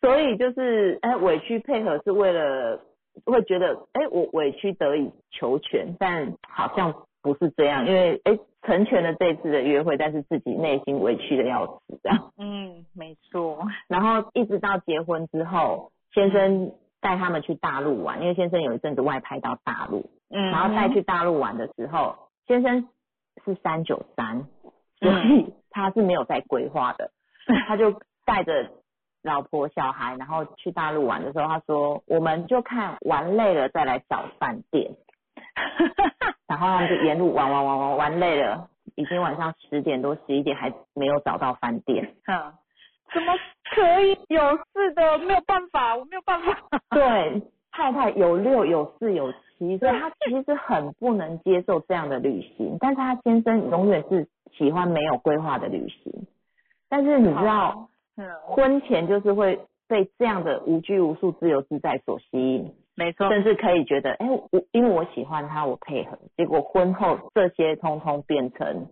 S1: 所以就是哎委屈配合是为了会觉得哎我委屈得以求全，但好像不是这样，因为哎成全了这次的约会，但是自己内心委屈的要死这样。
S2: 嗯没错，
S1: 然后一直到结婚之后，先生带他们去大陆玩，因为先生有一阵子外派到大陆，
S2: 嗯，
S1: 然后带 去大陆玩的时候，先生是三九三，所以他是没有在规划的，他就带着老婆小孩，然后去大陆玩的时候，他说我们就看玩累了再来找饭店，然后他们就沿路玩玩玩玩玩累了，已经晚上十点多十一点还没有找到饭店，
S2: 嗯，怎么可以有事的？没有办法，我没有办法，
S1: 对，太太有六有四有七，所以她其实很不能接受这样的旅行，但是她先生永远是喜欢没有规划的旅行。但是你知道，
S2: 嗯，
S1: 婚前就是会被这样的无拘无束、自由自在所吸引，
S2: 没错，
S1: 甚至可以觉得，哎、我因为我喜欢他，我配合。结果婚后这些通通变成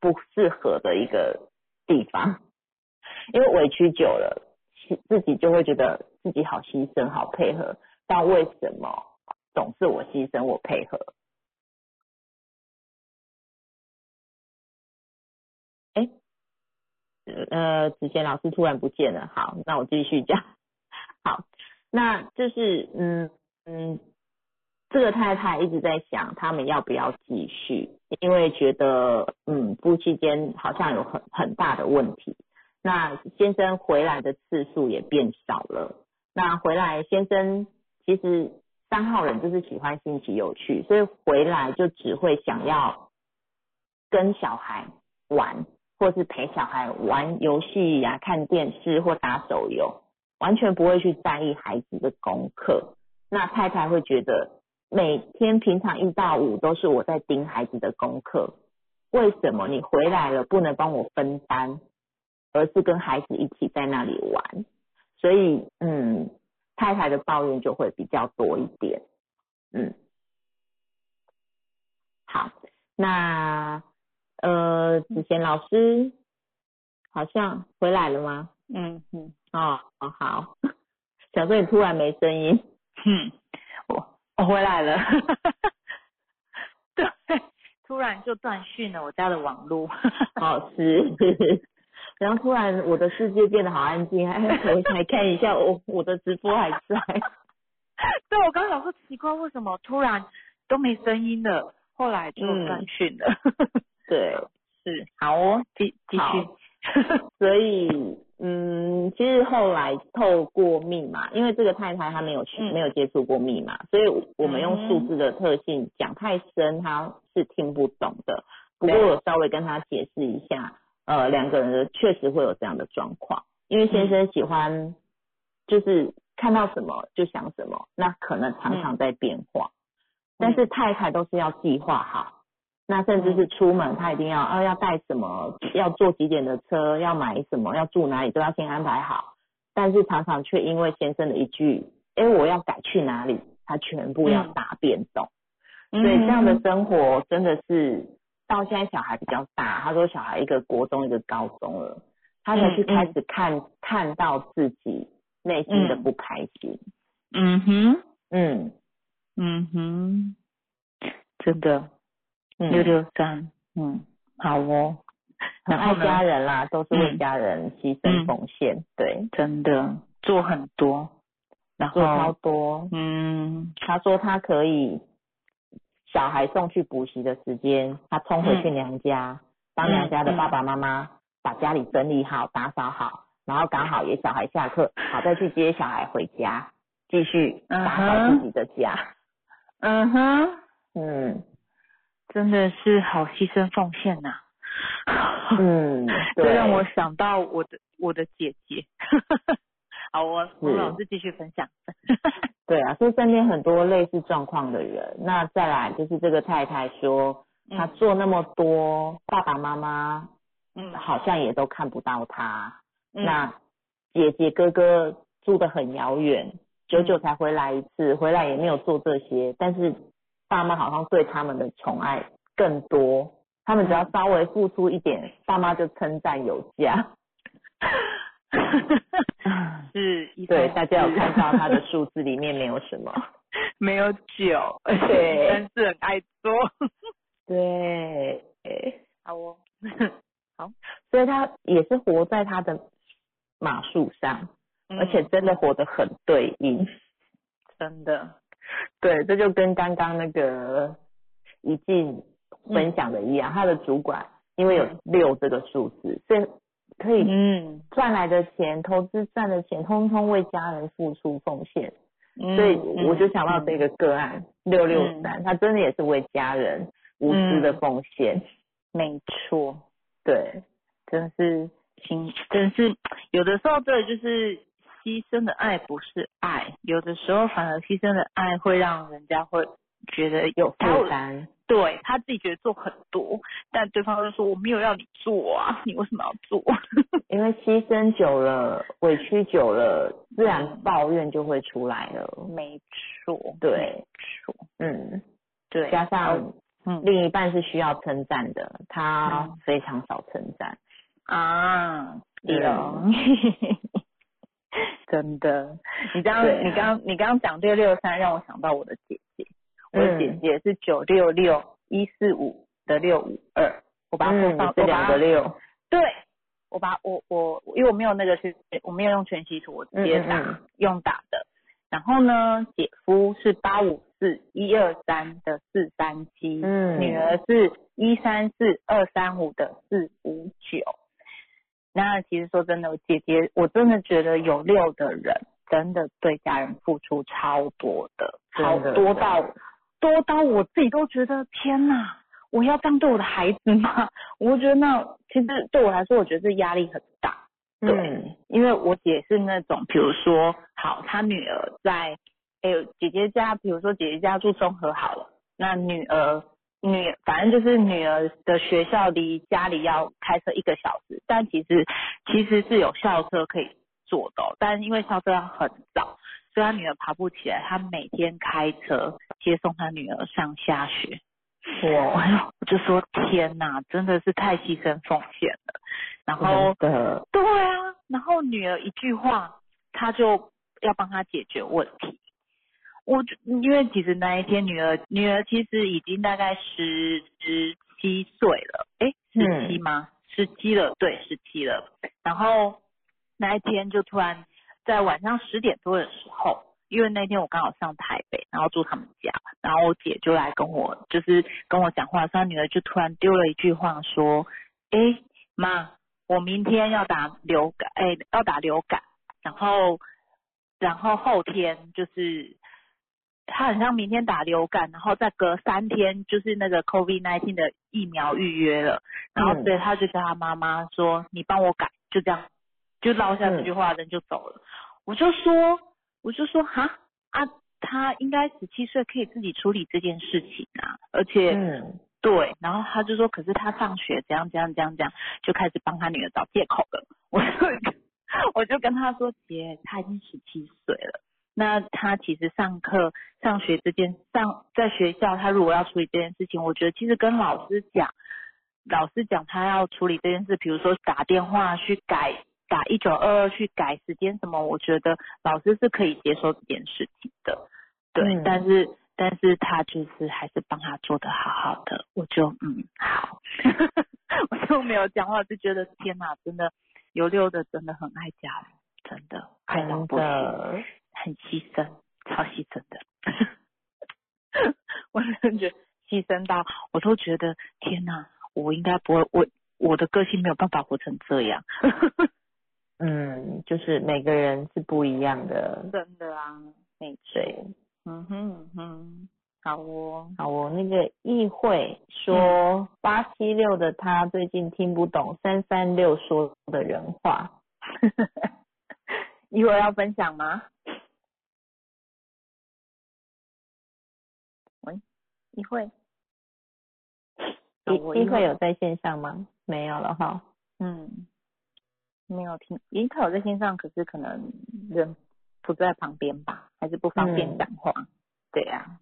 S1: 不适合的一个地方， 因为委屈久了，其自己就会觉得自己好牺牲、好配合，但为什么总是我牺牲、我配合？哎，呃，子贤老师突然不见了，好，那我继续讲。 好，那就是嗯嗯，这个太太一直在想他们要不要继续，因为觉得嗯夫妻间好像有很很大的问题。那先生回来的次数也变少了。那回来先生其实三号人就是喜欢新奇有趣，所以回来就只会想要跟小孩玩，或是陪小孩玩游戏呀、看电视或打手游。完全不会去在意孩子的功课。那太太会觉得每天平常一到五都是我在盯孩子的功课，为什么你回来了不能帮我分担，而是跟孩子一起在那里玩？所以，嗯，太太的抱怨就会比较多一点。嗯，好，那呃，子贤老师好像回来了吗？
S2: 嗯嗯
S1: 哦，哦好， 小说你突然没声音。哦
S2: 嗯，我我回来了， 对，突然就断讯了我家的网络，
S1: 哦，是。然后突然我的世界变得好安静，还我才看一下我我的直播还在。
S2: 对我刚想说奇怪，为什么突然都没声音了，后来就
S1: 嗯
S2: 断讯了，
S1: 对，
S2: 是好哦，继继
S1: 好
S2: 续，
S1: 所以嗯，其实后来透过密码，因为这个太太她没有去、
S2: 嗯
S1: 没有接触过密码，所以我们用
S2: 嗯
S1: 数字的特性讲太深，她是听不懂的。不过
S2: 对
S1: 我稍微跟她解释一下，呃，两个人的确实会有这样的状况，因为先
S2: 嗯
S1: 生喜欢就是看到什么就想什么，那可能
S2: 嗯
S1: 常常在变化，但是太太都是要计划好。那甚至
S2: 嗯
S1: 是出门，他一定要啊要带什么，要坐几点的车，要买什么，要住哪里，都要先安排好。但是常常却因为先生的一句“哎、我要改去哪里”，他全部要
S2: 嗯
S1: 打变动。
S2: 对
S1: 所以这样的生活真的是到现在小孩比较大，他说小孩一个国中一个高中了，他才去
S2: 嗯嗯
S1: 开始看、看到自己内心的不开心。
S2: 嗯哼
S1: 嗯
S2: 嗯哼，真的
S1: 嗯，
S2: 六六三，嗯，好哦，
S1: 很
S2: 然
S1: 爱
S2: 后呢
S1: 家人啦，都是为
S2: 嗯
S1: 家人牺牲
S2: 嗯
S1: 奉献，对，
S2: 真的做很多，然
S1: 做超
S2: 后
S1: 多。
S2: 嗯
S1: 他说他可以小孩送去补习的时间，他冲
S2: 嗯
S1: 回去娘家，帮娘家的爸爸妈妈把家里整理好、打扫好，然后刚好也小孩下课，好再去接小孩回家，继续打扫自己的家。
S2: 嗯哼，
S1: 嗯
S2: 真的是好牺牲奉献 呐、
S1: 嗯，
S2: 这
S1: 对，
S2: 让我想到我的我的姐姐。 好，我我
S1: 嗯
S2: 老师继续 分享。
S1: 对啊，所以身边很多类似状况的人。那再来就是这个太太说，她
S2: 嗯
S1: 做那么多，爸爸妈妈
S2: 嗯
S1: 好像也都看不到她。
S2: 嗯
S1: 那姐姐哥哥住得很遥远，久
S2: 嗯
S1: 久才回来一次，回来也没有做这些，但是爸妈好像对他们的宠爱更多，他们只要稍微付出一点，爸妈就称赞有加。
S2: 是一
S1: 对，
S2: 三
S1: 大家有
S2: 四
S1: 看到他的数字里面没有什么。
S2: 没有酒，
S1: 对
S2: 但是很爱做。
S1: 对，
S2: 好哦，
S1: 所以他也是活在他的马术上，而且
S2: 嗯
S1: 真的活得很对应。
S2: 真的，
S1: 对，这就跟刚刚那个一静分享的
S2: 嗯
S1: 一样，他的主管因为有六这个数字，所以可以
S2: 嗯，
S1: 赚来的钱、投资赚的钱，通通为家人付出奉献。所
S2: 所
S1: 以我就想到这个个案六六
S2: 嗯
S1: 三，他真的也是为家人无私的奉献。
S2: 没错，
S1: 对，
S2: 真是心，真是有的时候这就是牺牲的爱不是爱，有的时候反而牺牲的爱会让人家会觉得
S1: 有
S2: 他
S1: 负担。
S2: 对他自己觉得做很多，但对方就说我没有要你做啊，你为什么要做？
S1: 因为牺牲久了，委屈久了，自
S2: 嗯
S1: 然抱怨就会出来了。
S2: 没错，
S1: 对，
S2: 错，
S1: 嗯，
S2: 对，
S1: 加上
S2: 嗯
S1: 另一半是需要称赞的，他
S2: 嗯
S1: 非常少称赞。
S2: 啊，
S1: 对
S2: 有，真的，你刚刚、
S1: 对啊
S2: 你刚你刚刚讲六六三，让我想到我的姐姐，我的姐姐是九六六一四五的六五二，我把它
S1: 嗯，
S2: 放
S1: 你
S2: 到、
S1: 是
S2: 我把
S1: 两
S2: 它
S1: 个六，
S2: 对，我把我我因为我没有那个是我没有用全息图，我直接打、
S1: 嗯嗯嗯
S2: 用打的。然后呢，姐夫是八五四一二三的四三七，
S1: 嗯
S2: 女儿是一三四二三五的四五九。那其实说真的，我姐姐我真的觉得有六的人真的对家人付出超多的，
S1: 真
S2: 好
S1: 的
S2: 多
S1: 真
S2: 到
S1: 的
S2: 多到我自己都觉得天哪，我 要这样对我的孩子吗？我觉得那其实对我来说，我觉得这压力很大。嗯对，因为我姐是那种，比如说，好，她女儿在，哎、姐姐家，比如说姐姐家住中和好了，那女儿女，反正就是女儿的学校离家里要开车一个小时，但其实其实是有校车可以坐的哦、但因为校车要很早，所以她女儿爬不起来，她每天开车接送她女儿上下学。
S1: 哇，
S2: 哇，我就说天哪，真的是太牺牲奉献了。然后
S1: 真的，
S2: 对啊，然后女儿一句话，他就要帮他解决问题。我就因为其实那一天女儿女儿其实已经大概十十七岁了，诶，十七吗？十七了，对，十七了。然后那一天就突然在晚上十点多的时候，因为那天我刚好上台北，然后住他们家，然后我姐就来跟我就是跟我讲话的时候，她女儿就突然丢了一句话说：“诶，妈，我明天要打流感，哎、要打流感，然后，然后后天就是，他好像明天打流感，然后再隔三天就是那个 COVID nineteen 的疫苗预约了，然后
S1: 嗯
S2: 所以他就叫他妈妈说，你帮我改，就这样，就落下这句话，人就走了。我就说，我就说，哈啊，他应该十七岁可以自己处理这件事情啊，而且，
S1: 嗯，
S2: 对，然后他就说，可是他上学怎样怎样怎样怎样，就开始帮他女儿找借口了。我就我就跟他说，姐，他已经十七岁了，那他其实上课上学这件上在学校，他如果要处理这件事情，我觉得其实跟老师讲，老师讲他要处理这件事，比如说打电话去改打一九二二去改时间什么，我觉得老师是可以接受这件事情的。对，
S1: 嗯
S2: 但是但是他就是还是帮他做的好好的，我就嗯好， 我就没有讲话，就觉得天哪，真的有六的真的很爱家人，真的爱到
S1: 真
S2: 不行，
S1: 的，
S2: 很牺牲，超牺牲的， 我真的觉得牺牲到我都觉得天哪，我应该不会，我我的个性没有办法活成这样，
S1: 嗯，就是每个人是不一样的，
S2: 真的啊，没错
S1: 对。
S2: 嗯哼嗯哼，好哦，
S1: 好，我那个议会
S2: 嗯
S1: 说八七六的他最近听不懂三三六说的人话，
S2: 一会儿要分享吗？喂，一会，好我
S1: 议
S2: 一
S1: 议会
S2: 会
S1: 有在线上吗？没有了哈。
S2: 嗯，没有听，咦，他有在线上，可是可能人不在旁边吧，还是不方便
S1: 嗯
S2: 讲话。对呀、啊，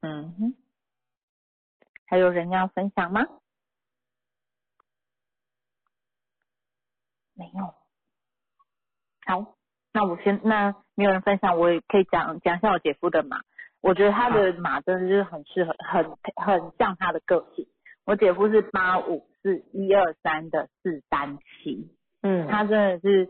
S2: 嗯哼，还有人要分享吗？没有。好，那我先，那没有人分享，我也可以讲讲一下我姐夫的马。我觉得他的马真的是很适合，很很像他的个性。我姐夫是八五四一二三的四三七，
S1: 嗯，
S2: 他真的是，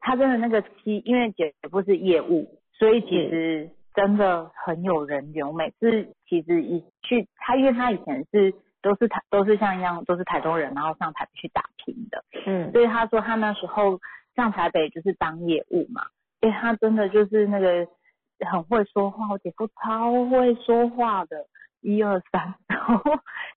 S2: 他真的那个七，因为姐夫是业务，所以其实真的很有人缘。我每次其实一去，他因为他以前是都是台都是像一样都是台东人，然后上台北去打拼的，
S1: 嗯
S2: 所以他说他那时候上台北就是当业务嘛，因为他真的就是那个很会说话，我姐夫超会说话的，一二三，然后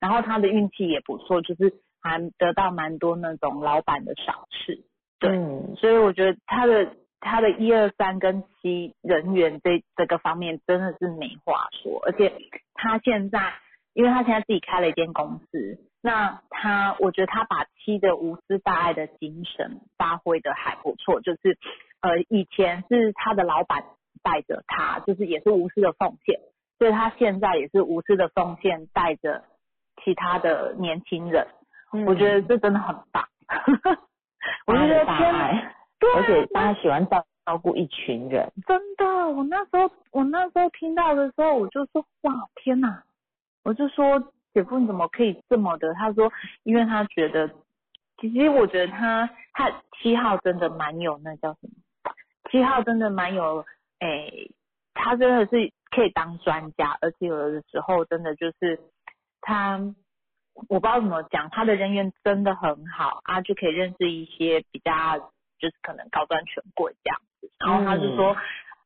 S2: 然后他的运气也不错，就是还得到蛮多那种老板的赏识，对
S1: 嗯
S2: 所以我觉得他的他的一二三跟七人员这这个方面真的是没话说，而且他现在，因为他现在自己开了一间公司，那他我觉得他把七的无私大爱的精神发挥的还不错，就是呃以前是他的老板带着他，就是也是无私的奉献，所以他现在也是无私的奉献带着其他的年轻人，
S1: 嗯
S2: 我觉得这真的很棒。 我就觉得
S1: 大
S2: 天哪
S1: 爱，
S2: 对啊
S1: 而且他喜欢照照顾一群人，
S2: 真的，我那时候我那时候听到的时候，我就说哇天哪！我就说姐夫你怎么可以这么的？他说因为他觉得，其实我觉得他他七号真的蛮有那叫什么？七号真的蛮有诶、他真的是可以当专家，而且有的时候真的就是他。我不知道怎么讲，他的人缘真的很好啊，就可以认识一些比较就是可能高端权贵这样子。然后他就说，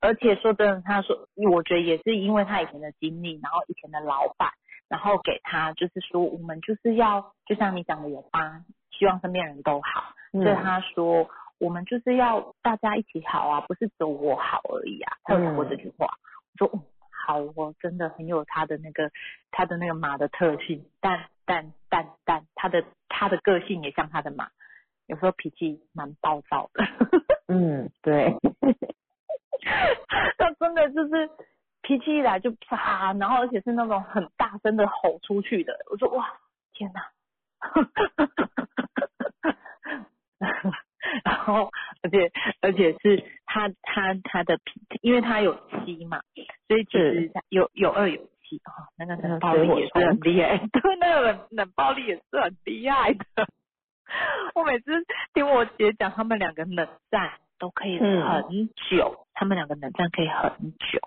S2: 而且说真的，他说，我觉得也是因为他以前的经历，然后以前的老板，然后给他就是说，我们就是要就像你讲的有八，希望身边人都好，所以
S1: 嗯
S2: 他说，我们就是要大家一起好啊，不是只有我好而已啊。他有讲过这句话，我说嗯，好，我真的很有他的那个他的那个马的特性，但但但但他的他的个性也像他的马，有时候脾气蛮暴躁的。
S1: 嗯，对，
S2: 他真的就是脾气一来就啪，然后而且是那种很大声的吼出去的。我说哇，天哪！ 然后而且而且是他他他的脾，因为他有七嘛，所以其实他有有二有七啊、哦，那个冷暴力也是很厉害， 对，那个冷冷暴力也是很厉害的。 我每次听我姐讲，他们两个冷战都可以很久，他们两个冷战可以很久。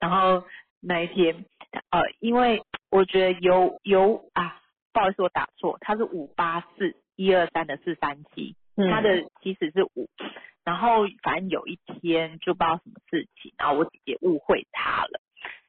S2: 然后那一天，呃，因为我觉得有有啊，不好意思，我打错，他是五八四一二三的四三七，
S1: 嗯
S2: 他的其实是五。然后反正有一天就不知道什么事情，然后我姐姐误会他了，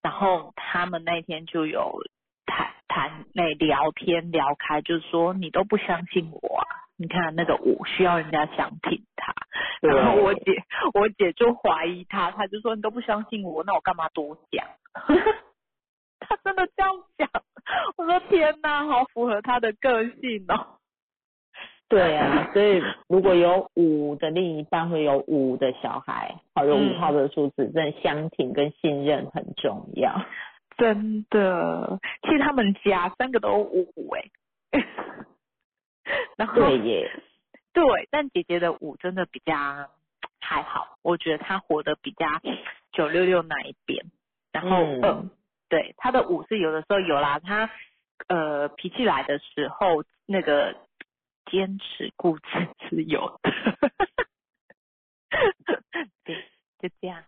S2: 然后他们那一天就有谈谈那聊天聊开，就是说你都不相信我啊，你看那个我需要人家相信他，
S1: 对啊
S2: 然后我姐我姐就怀疑他，她就说你都不相信我，那我干嘛多讲？ 她真的这样讲，我说天哪，好符合她的个性哦。
S1: 对啊，所以如果有五的另一半会有五的小孩，好有五
S2: 嗯
S1: 号的数字，真的相挺跟信任很重 要。
S2: 真的，其实他们家三个都五五哎， 然后
S1: 对耶，
S2: 对，但姐姐的舞真的比较还好，我觉得她活得比较九六六那一边。然后，
S1: 嗯
S2: 呃，对，她的舞是有的时候有啦，她呃脾气来的时候，那个坚持固执是有的。 对，就这样，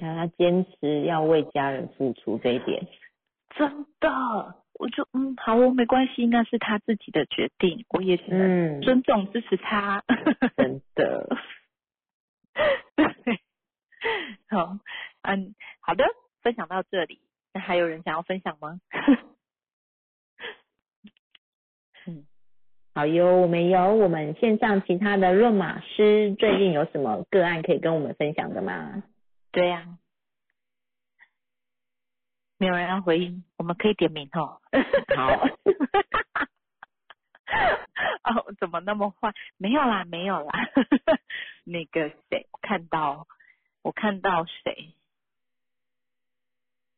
S1: 看他坚持要为家人付出这一点，
S2: 真的，我就嗯好，我没关系，那是她自己的决定，我也只能
S1: 嗯，
S2: 尊重支持她。
S1: 真的，
S2: 对，好，嗯，好的，分享到这里，那还有人想要分享吗？
S1: 好哟，我们有我们线上其他的论马师最近有什么个案可以跟我们分享的吗？
S2: 对呀、没有人要回应，我们可以点名哦。
S1: 好，
S2: 哦，怎么那么坏？没有啦，没有啦。 那个谁，我看到，我看到谁？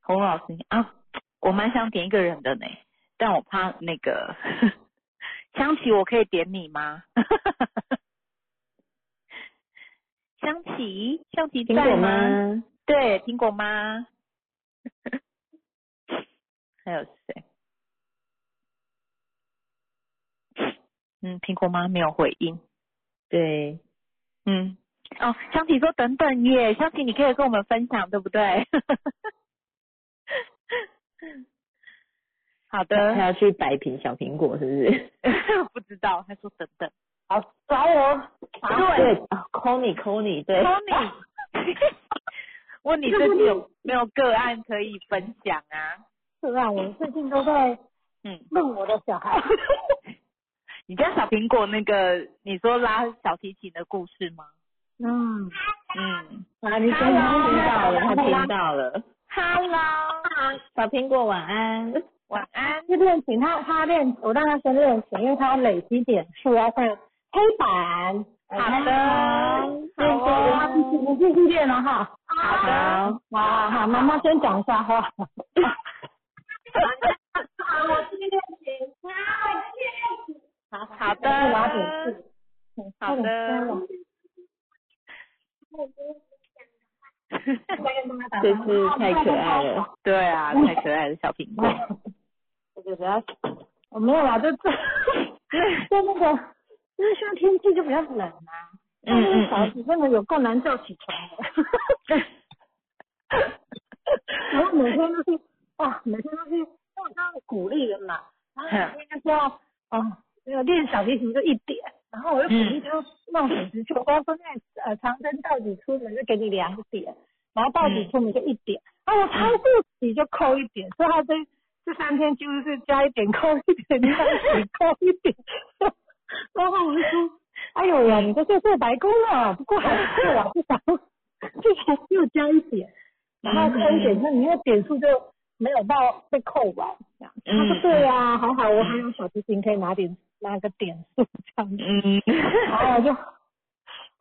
S2: 洪老师啊，我蛮想点一个人的呢，但我怕那个 香琪，我可以点你吗？ 香琪，香琪在
S1: 苹果
S2: 吗？
S1: 吗？
S2: 对，苹果妈。 还有 谁？嗯，苹果妈没有回应。
S1: 对，
S2: 嗯，哦，香琪说等等耶，香琪你可以跟我们分享，对不对？
S1: 他
S2: 好 的，
S1: 要去摆平小苹果是不是？
S2: 不知道，他说等等。
S1: 好，找我，
S2: 对
S1: 对，啊，call 你，call 你，对，
S2: Tony，问你自己有没有个案可以分享啊？
S3: 是啊，我最近都在
S2: 嗯，
S3: 弄我的小孩。
S2: 你家小苹果那个，你说拉小提琴的故事吗？
S3: 嗯，
S2: 嗯
S1: 啊，你终于听到了，他听到了，
S2: ，Hello，
S1: 小苹果晚安，
S2: 晚安。
S3: 就练琴，他他练，我让他先练琴，因为他累积点数要上黑板。
S4: 哦
S2: 好的好
S3: 那
S2: 哦
S3: 个你继续练了哈。
S2: 好的，
S3: 好好好，妈妈先讲一下话。
S2: 好
S3: 我拿点
S2: 的
S3: 数，
S2: 好的。
S1: 真是太可爱了，
S2: 对啊，太可爱的小苹果。
S3: 我觉得我没有啦，就就就那个，因为现在天气就比较冷嘛、啊，
S2: 嗯嗯
S3: 小孩子真的有够难叫起床的，然后每天都是哇，每天都是，因为我当时鼓励人嘛，然后每天就说哦，那个练小提琴就一点，然后我就鼓励他弄手指球，包括那呃长征到底出门就给你两点，然后到底出门就一点，啊我超过底就扣一点，所以他这这三天几乎是加一点扣一点，加一点扣一点，然后我就说
S4: 哎呦呀，你这就做白工了，不过还不错啊，至少至少又加一点，
S2: 嗯
S4: 然后扣一点，那你那个点数就没有到被扣完这样。他说对啊，好好，我还有小提琴可以拿点拿个点数 这样子。
S2: 嗯，
S4: 然
S3: 哦
S4: 后我就，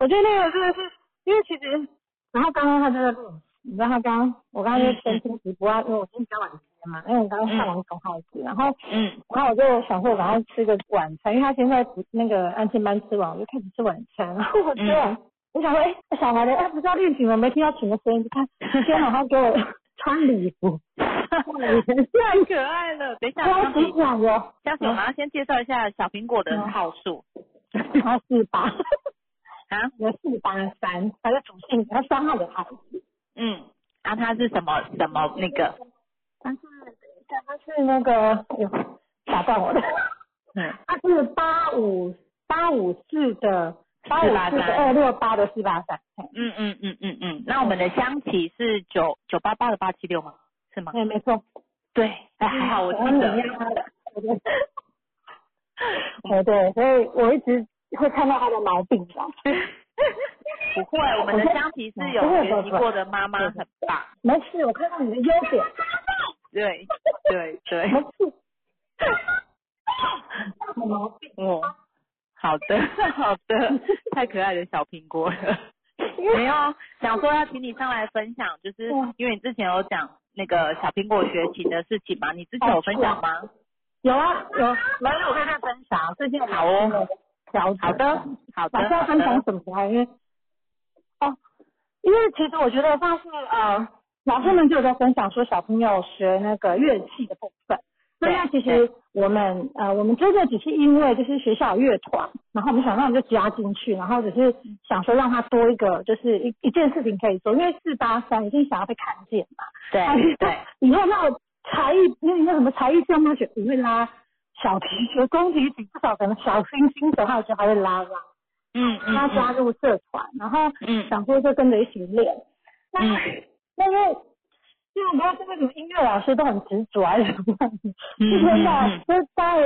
S4: 我觉得那个真的是，因为其实，然后刚刚他就在录，你知道他刚刚，我刚刚就跟听直播啊，因为我今天比较晚时间嘛，因为我刚刚上完熊孩子，然后，
S2: 嗯，
S4: 然后我就想说我赶快吃个晚餐，因为他现在不那个安亲班吃完，我就开始吃晚餐，然后我吃完，我想说，哎、小孩的，哎，不知道练琴了，没听到琴的声音，就看，天哪，他给我穿礼服，
S2: 太可爱了。等一下，
S4: 超
S2: 江
S4: 级
S2: 水，
S4: 爽哟，
S2: 江水，我们要先介绍一下小苹果的号数
S4: 他四八，
S2: 啊，
S4: 我四八三，他在重庆，他三号的孩子。
S2: 嗯，啊，它是什么什么那个？
S4: 他是他是那个，哎呦，打断我了，
S2: 嗯
S4: 他是八五八五四的八五四
S2: 483
S4: 二六八的四八三，
S2: 嗯嗯嗯嗯嗯。那我们的香琪是九九八八的八七六吗？是吗？
S4: 对，没错，
S2: 对，哎，还嗯好我记
S4: 嗯
S2: 得。
S4: 哎对，所以我一直会看到他的毛病吧。
S2: 不会，我们的香琪是有学习过的妈妈，很棒。
S4: 没事，我看到你的优点，
S2: 对对对，
S4: 没 事。有毛
S1: 哦
S4: 病，
S2: 我好的 好的，太可爱的小苹果 了。
S4: 因为
S2: 没有，想说要请你上来分享，就是
S4: 嗯
S2: 因为你之前有讲那个小苹果学琴的事情嘛，你之前有分享吗？
S4: 有啊有，没有我跟他分享，最近
S2: 好哦，
S4: 调整。
S2: 好的好的
S4: 老师要
S2: 好
S4: 分享
S2: 的，
S4: 什么啊？因为哦，因为其实我觉得像是呃，老师们就有在分享说小朋友学那个乐器的部分。那
S2: 对
S4: 因为其实我们呃，我们这个只是因为就是学校有乐团，然后我们想让就加进去，然后只是想说让他多一个就是一一件事情可以做，因为四八三一定想要被看见嘛。哎
S2: 对对，
S4: 以后那种才艺，那那什么才艺项目学不会拉小提琴、中提琴，至少可能小星星手还有还会拉吧。
S2: 嗯嗯
S4: 他加入社团，然后
S2: 嗯
S4: 想说就跟着一起练。那
S2: 嗯
S4: 那因为因为我不知道是为什么音乐老师都很执着还是什么样子，
S2: 嗯
S4: 就真的
S2: 嗯
S4: 就是大概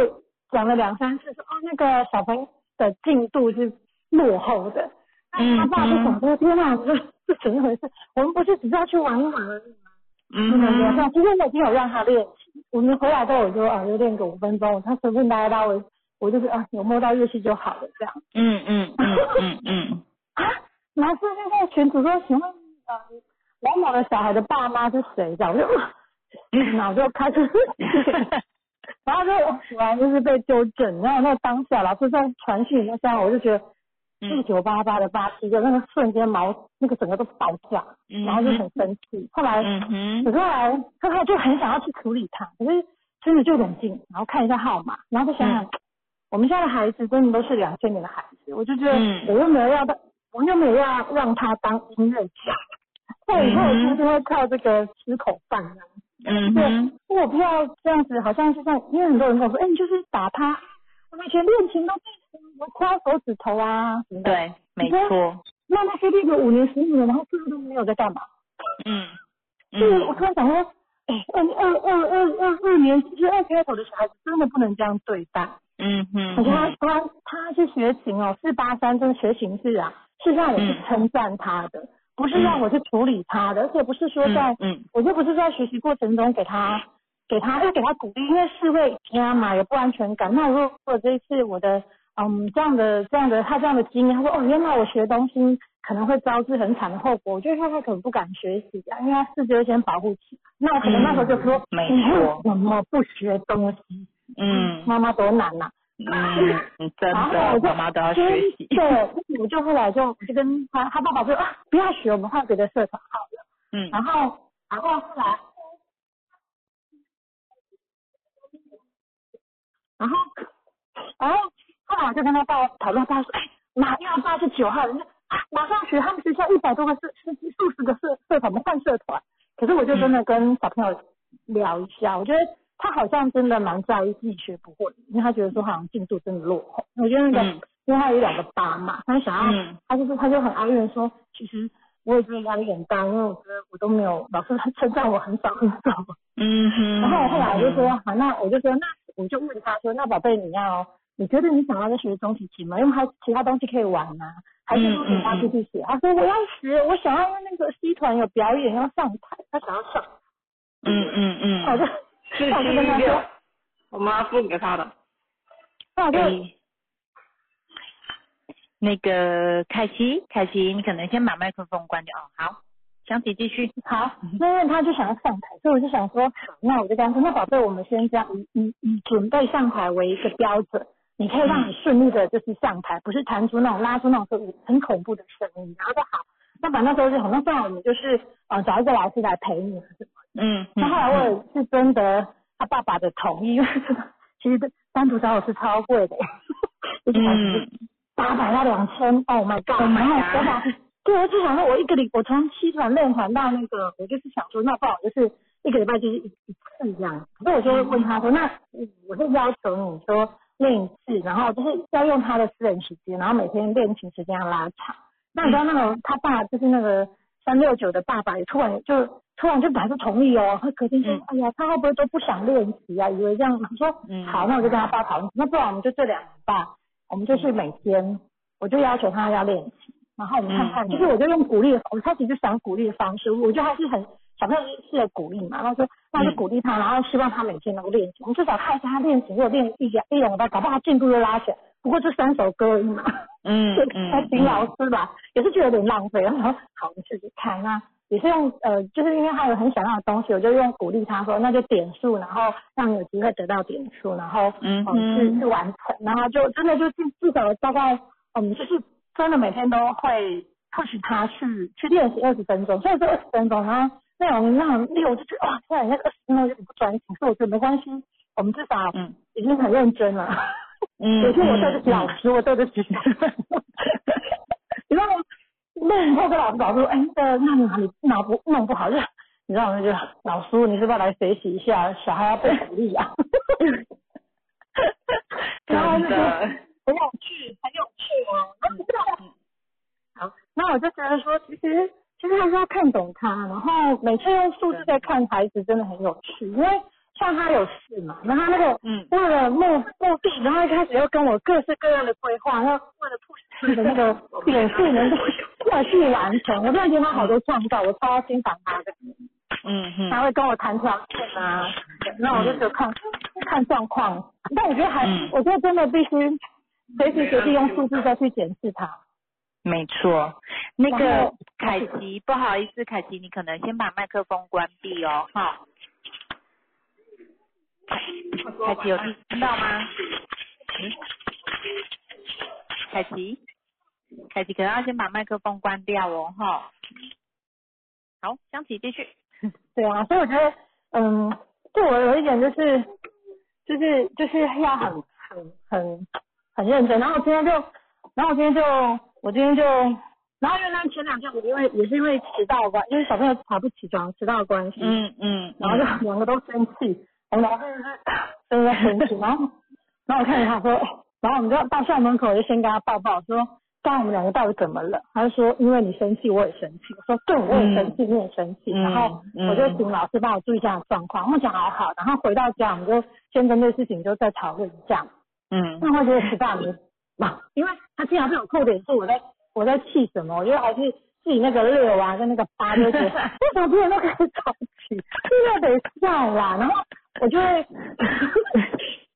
S4: 讲了两三次说哦那个小朋友的进度是落后的，
S2: 嗯
S4: 那他爸就想说天哪，这这怎么回事？我们不是只是要去玩一玩而已吗？不能留
S2: 嗯
S4: 下。今天我已经有让他练习，我们回来之后我就啊就练个五分钟，他随便拉一拉我，我就是啊有摸到乐器就好了这样。
S2: 嗯嗯嗯嗯嗯，
S4: 啊，老师就在群组说，请问呃某某的小孩的爸妈是谁？这样我就，然后我 就开始，然后就果然就是被纠正，然后那当下老师在传讯那下，我就觉得。四
S2: 嗯
S4: 九八八的八七就那个瞬间毛那个整个都爆炸，
S2: 嗯
S4: 然后就很生气。后来，
S2: 嗯哼
S4: 可是后来，后来就很想要去处理他，可是真的就冷静，然后看一下号码，然后就想想，
S2: 嗯
S4: 我们现在的孩子真的都是两千年的孩子，我就觉得
S2: 嗯
S4: 我又没有要他，我又没有要让他当音乐家，那以后
S2: 嗯
S4: 他就会靠这个吃口饭啊
S2: 嗯
S4: 对，
S2: 哼
S4: 因为我不要这样子，好像是像，因为很多人跟我说，哎、你就是打他，我以前练琴都是我掐手指头啊什么的，
S2: 对，没错，
S4: 那那些练个五年十五年，然后最后都没有在干嘛？
S2: 嗯
S4: 就是我
S2: 嗯
S4: 突然想说，哎、二二二二二二年级，就是二十二头的小孩子，真的不能这样对待。
S2: 嗯
S4: 我觉得
S2: 哼
S4: 他他他去学琴哦，四八三真的学琴是啊，是让我去
S2: 嗯
S4: 称赞他的，不是让我去处理他的，而且不是说在，
S2: 嗯
S4: 我就不是在学习过程中给他给他要给他鼓励，因为是会惊嘛，有不安全感。那如果我这一次我的嗯这样的这样的他这样的经验，他说哦原来我学东西可能会招致很惨的后果，我觉得他他可能不敢学习啊，因为他自觉先保护起来。那我可能那时候就说，
S2: 嗯没
S4: 你为
S2: 错
S4: 什么不学东西？
S2: 嗯
S4: 妈妈多难呐、
S2: 嗯，真
S4: 然后
S2: 的
S4: 我，就
S2: 妈妈都要学习。
S4: 对，我就后来就我就跟他他爸爸就啊不要学，我们换别的社团好了。
S2: 嗯
S4: 然后然后后来，然后然后后来我就跟他爸讨论，他说哎马耀爸是九号人，啊马上学他们学校一百多个社十几数十个社社团，我们换社团。可是我就
S2: 嗯
S4: 真的跟小朋友聊一下，我觉得他好像真的蛮在意自己学不会，因为他觉得说好像进度真的落后。我觉得那个，
S2: 嗯
S4: 因为他有两个八嘛，他想要，
S2: 嗯
S4: 他就是他就很哀怨说，其实我也觉得压力很大，因为我觉得我都没有老师称赞我很少很少。
S2: 嗯哼。
S5: 嗯
S4: 然后我后来我就说，好，那我就说那我就问他说，那宝贝你要你觉得你想要再学中提琴吗？因为还有其他东西可以玩呐、啊，还是
S5: 嗯
S4: 说你要继续学？他说我要学，我想要那个西团有表演要上台，他想要上。
S2: 嗯嗯嗯。
S4: 好的，
S5: 是
S4: 那我就跟
S5: 七
S4: 他
S5: 六
S4: 说，，
S5: 我妈付给他的。嗯
S4: 那我就
S2: 哎那个凯奇，凯奇，你可能先把麦克风关掉哦。好，想起继续。
S4: 好，那因为他就想要上台，所以我就想说，那我就跟他说，那宝贝，我们先这样，以以以准备上台为一个标准，你可以让你顺利的就是上台，不是弹出那种拉出那种很恐怖的声音，然后就好。那反正那时候就好，那不然我们就是呃找一个老师来陪你。
S2: 嗯。
S4: 那后来我也是征得他爸爸的同意，因为其实单独找我是超贵的， 一个小时
S2: 嗯
S4: 八百到两千，Oh my god！然后我把，对，我就想说，我一个礼，我从七团练团到那个，我就是想说，那不然我就是一个礼拜就是一一次这样。可是我就会问他说，那嗯我是要求你说练一次，然后就是要用他的私人时间，然后每天练琴时间要拉长。那你知道那
S2: 嗯
S4: 个他爸就是那个三六九的爸爸，也突然就突然就表示同意哦，他隔天说，
S2: 嗯
S4: 哎呀，他会不会都不想练习啊？以为这样，我说
S2: 嗯
S4: 好，那我就跟他爸讨论，那不然我们就这两个吧，我们就是每天，我就要求他要练习，然后我们看看，
S2: 嗯
S4: 就是我就用鼓励的，我开始就想鼓励的方式，我觉得还是很小朋友是的鼓励嘛，然后说那
S2: 嗯
S4: 我就鼓励他，然后希望他每天能够练习，我们至少看一下他练习，如果练一两一两个礼拜，搞不好他进度又拉起来，不过就三首歌而已嘛。
S2: 嗯
S4: 对，
S2: 嗯
S4: 才请老师吧，也是觉得有点浪费。然后想说好，你试试看。那啊也是用呃，就是因为他有很想要的东西，我就用鼓励他说，那就点数，然后让你有机会得到点数，然后
S2: 嗯
S4: 呃
S2: 哼
S4: 去去完成。然后就真的就至至少大概嗯，就是真的每天都会 push 他去去练习二十分钟，所以说二十分钟，然后内容那种练，我就觉得哇，天啊，那个二十分钟有点不专心，所以我觉得没关系，我们至少
S2: 嗯
S4: 已经很认真了。
S2: 嗯
S4: 也是我对得起老
S2: 嗯
S4: 师，我对得起学生。 你知道吗？那以后跟老师老师说，哎，那那你哪里哪不弄不好？就你知道吗？就老师，你是不是要来学习一下？小孩要被鼓励啊。
S5: 真
S2: 嗯
S4: 然后那个
S5: 的，
S4: 很有趣，很有趣哦。然后 你知道吗好，那我就觉得说，其实其实还是要看懂他，然后每次用数字在看孩子，真的很有趣，因为像他有事嘛，然后他那个
S2: 嗯
S4: 那个目目的，然后一开始又跟我各式各样的规划，然后为了 push 他的那个点数能够快速完成，我真的觉得他好多创造，我超欣赏他的。
S2: 嗯嗯
S4: 他会跟我谈条件啊，那我就只有看、看状况。但我觉得还，
S2: 嗯
S4: 我觉得真的必须随时随地用数字再去检视它。
S2: 没错，那
S4: 然
S2: 个
S4: 后
S2: 凯奇，不好意思，凯奇，你可能先把麦克风关闭哦，哈。凯奇有听到吗？嗯凯奇，凯奇可能要先把麦克风关掉哦，哈。好，香琪继续。
S4: 对啊，所以我觉得，嗯，对我有一点就是，就是就是要很很很很认真。然后我今天就，然后我今天就，我今天就，然后因为那前两天我因为也是因为迟到的关，因为小朋友爬不起床，迟到的关系，
S2: 嗯嗯
S4: 然后就两个都生气，我们两个就是 真的生气，然后然后我看着他说，然后我们就到校门口我就先跟他抱抱，说刚刚我们两个到底怎么了？他就说因为你生气我也生气，我说对我也生气、你也生气，
S2: 嗯
S4: 然后我就请老师帮我注意一下状况，目前还好，然后回到家我们就先针对事情就再讨论一下，
S2: 嗯
S4: 那他觉得迟到没嘛？因为他经常被我扣点数，我在我在气什么？我觉得还是自己那个六啊跟那个八就觉得为什么别人都可以早起，这个得算啦。然后我就会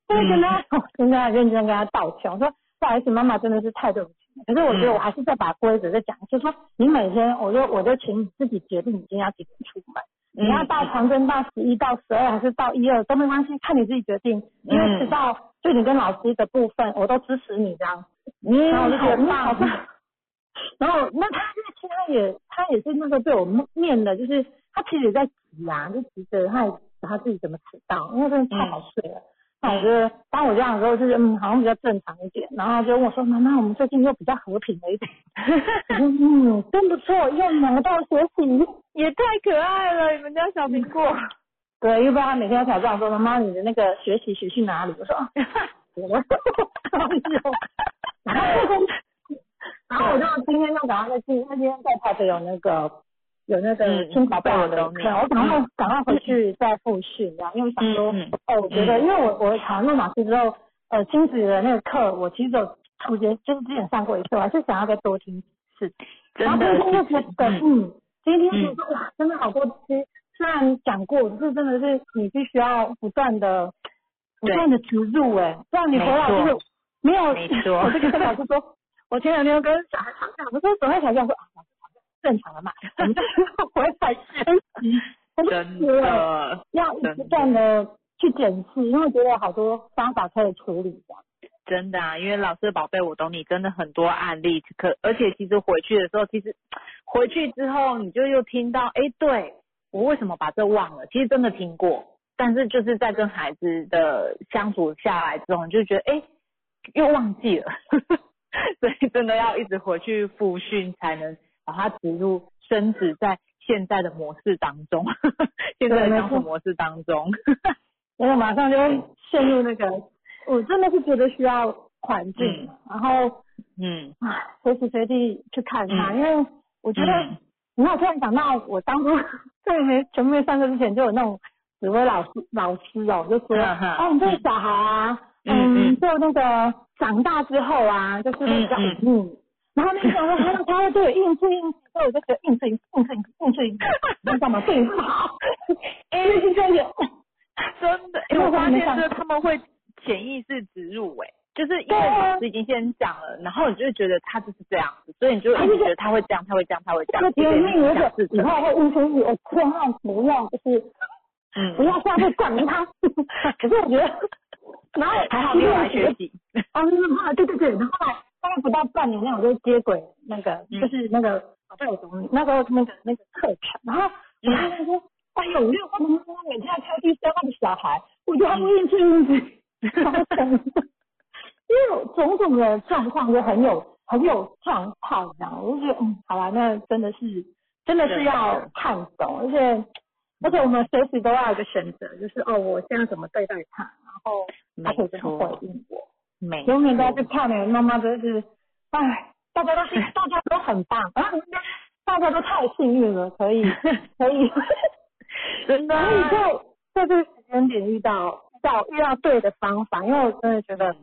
S4: 就会跟他真的认真跟他道歉，我说不好意思，妈妈真的是太对不起了。可是我觉得我还是再把规则再讲一次，说你每天，我就我就请你自己决定你今天要几点出门。你要到长征到十一到十二还是到一二都没关系，看你自己决定。因为迟到就你跟老师的部分，我都支持你这样。然后我就觉得嗯好像， 然后那他其实他也他也是那个被我念的，就是他其实也在急啊，就急着他也他自己怎么迟到，因为真的太好睡了。那我觉得当我这样的时候，就是嗯，好像比较正常一点。然后他就问我说：“妈妈，我们最近又比较和平了一点。”我说：“嗯，真不错，又两个到学习。”
S5: 也太可爱了，你们家小苹果。
S4: 对，又不知道他每天要挑战说妈妈你的那个学习学去哪里？我说啊， 我说然后然后我就今天就赶快去，因为今天在台北有那个有那个
S2: 嗯
S4: 新宝贝的
S2: 我懂
S4: 课，我赶快赶快回去再复训，这样，因为我想说
S2: 嗯嗯嗯
S4: 哦，我觉得因为我我考上诺马斯之后，呃亲子的那个课，我其实有我觉得就是之前上过一次，我还是想要再多听是， 然后
S2: 真
S4: 第
S2: 的
S4: 一天就是觉得，嗯，第一天就觉得、哇，真的好多吃。虽然讲过，可是真的是你必须要不断的、不
S2: 对
S4: 断的植入、哎，不然你回来就是没有。
S2: 没错
S4: 我就跟老师说，我前两天跟小孩吵架，我说怎么会吵架？我说啊，老师吵架正常的嘛，我们就是回来学习，哎我就
S5: 真
S4: 觉得
S5: 的，
S4: 要一直不断的去检视，因为觉得有好多方法可以处理的。
S2: 真的啊，因为老师的宝贝，我懂你，真的很多案例。可而且其实回去的时候，其实回去之后你就又听到，哎，对我为什么把这忘了？其实真的听过，但是就是在跟孩子的相处下来之后，你就觉得，哎，又忘记了。 所以真的要一直回去复训，才能把它植入深植在现在的模式当中， 现在的相处模式当中。
S4: 因为马上就会陷入那个，我真的是觉得需要环境，然后
S2: 嗯
S4: 唉随时随地去看它，
S2: 嗯
S4: 因为我觉得，
S2: 嗯
S4: 你看我突然想到，我当初 在没全面上课之前，就有那种指挥老师老师哦，就说，
S2: 嗯嗯
S4: 哦，你这个小孩啊，
S2: 嗯
S4: 嗯
S2: 嗯，
S4: 就那个长大之后啊，就是会比较
S2: 嗯
S4: 嗯。然后那个时候 他他会对我应付应付，所以我就觉得应付应付应付应付应付，你干嘛对不好？哎，就是有，
S2: 真的，哎、
S4: 因为
S2: 我
S4: 我
S2: 发
S4: 没
S2: 现
S4: 想
S2: 就是他们会潜意识植入、哎，就是因
S4: 对
S2: 为
S4: 啊
S2: 老师已经先讲了，然后你就会觉得他就是这样子，所以你就一直觉得他会这样，他会这样，他会这
S4: 这
S2: 样
S4: 个，决定如
S2: 影
S4: 果
S2: 响自己
S4: 以。后会应付应付，我千万不要就是
S2: 嗯
S4: 不要下去灌赢他。可是我 觉得，然后
S2: 还好没有来学习，
S4: 啊，嗯对对对，然后后来大概不到半年内，我就接轨那个，
S2: 嗯
S4: 就是那个宝贝我懂你那时候那个那个课程，然后我
S2: 嗯
S4: 发现说，哎呦，没有他们妈妈每天要挑剔三他的小孩，我觉得他们运气运气， 因为我种种的状况就很有很有状况，这样我就觉得嗯，好吧，那真的是真的是要看懂，而且而且我们随时都要有一个选择，就是哦，我现在怎么对待他，然后他可以怎么回应我。
S2: 没
S4: 永远都要 去看你妈妈，真是，哎，大家都 是大家都很棒，啊，大家都太幸运了，可 以可以
S2: 真的
S4: 可以
S2: 啊，
S4: 在在这个时间点遇到遇到遇到对的方法，因为我真的觉得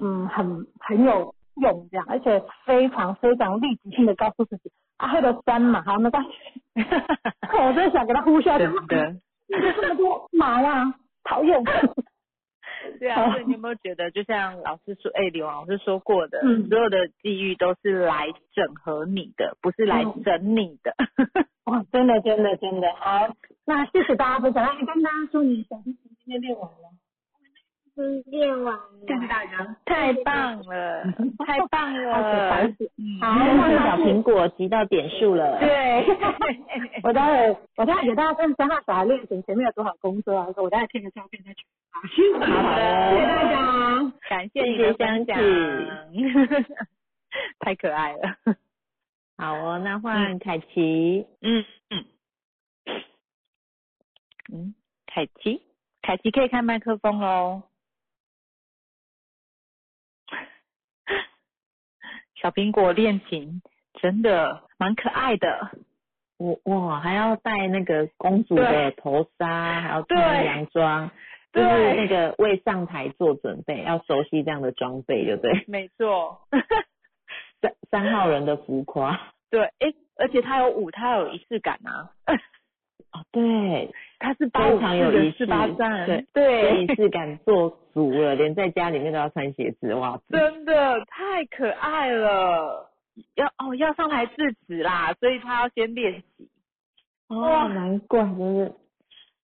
S4: 嗯很很有用这样，而且非常非常立即性的告诉自己，啊，喝了酸嘛，好没关系，我真的想给他呼下去，
S2: 真的。
S4: 你 这么多麻呀，讨厌，
S2: 对啊，所以你有没有觉得，就像老师说，哎、刘老师说过的，
S4: 嗯
S2: 所有的际遇都是来整合你的，不是来
S4: 嗯
S2: 整你的。
S4: 哇，哦真的真的真的好，那谢谢大家分享。那你跟大家说你小提琴今天练完了，
S2: 谢谢大家，太棒了，太棒
S4: 好
S2: 了
S4: 谢，谢
S2: 嗯
S4: 好，哦
S1: 但是
S4: 那
S1: 小苹果集到点数了，
S2: 对，
S4: 我待会我待会给大家看三大小孩练琴前面有多少工作啊，我待会贴个照片再去。
S1: 好
S4: 谢谢
S1: 的，
S4: 大家，
S2: 感谢你的分享
S1: 谢谢，
S2: 太可爱了，
S1: 好哦，那换凯奇，
S2: 嗯嗯嗯，凯奇，凯奇可以开麦克风喽。 小苹果恋情真的蛮可爱的，
S1: 我哇还要戴那个公主的头纱，还要穿
S2: 对
S1: 洋装，就
S2: 对
S1: 是那个为上台做准备，要熟悉这样的装备，对不对？
S2: 没错。
S1: 三三号人的浮夸
S2: 对，诶，而且它有舞，它有仪式感啊。
S1: 哦，对，
S2: 它是八
S1: 非
S2: 五
S1: 常有仪
S2: 四
S1: 式
S2: 四八站，
S1: 对
S2: 对
S1: 仪式感做足了， 连在家里面都要穿鞋子，哇，
S2: 真的太可爱了。要哦，要上台致辞啦，所以他要先练习，
S1: 哦，难怪，真是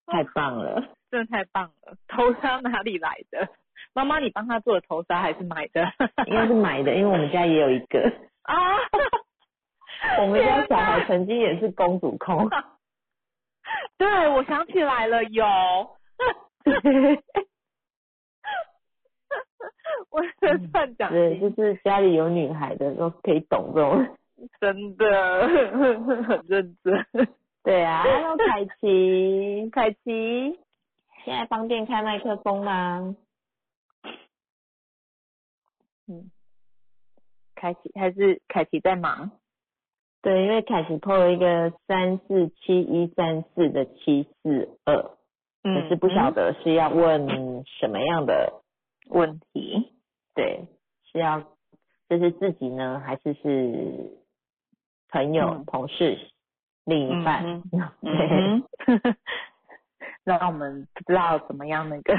S1: 太棒了。
S2: 真的太棒了。头纱哪里来的？妈妈，你帮他做的头纱还是买的？
S1: 应该是买的，因为我们家也有一个。
S2: 啊，
S1: 我们家小孩
S2: 天
S1: 曾经也是公主控，
S2: 哪对，我想起来了，有。 我在乱讲，
S1: 嗯对，就是家里有女孩的都可以懂这种。
S2: 真的 很认真。
S1: 对啊，Hello 凯 奇，
S2: 凯奇，
S1: 现在方便开麦克风吗？
S2: 凯奇还是凯奇在忙？
S1: 对，因为凯奇扣了一个三四七一三四的嗯
S2: 嗯
S1: 七四二，可是不晓得是要问什么样的
S2: 问题。
S1: 对，是要就是自己呢，还是是朋友、
S2: 嗯
S1: 同事、另一半？
S2: 嗯
S1: 对
S2: 嗯 哼，让我们不知道怎么样那个。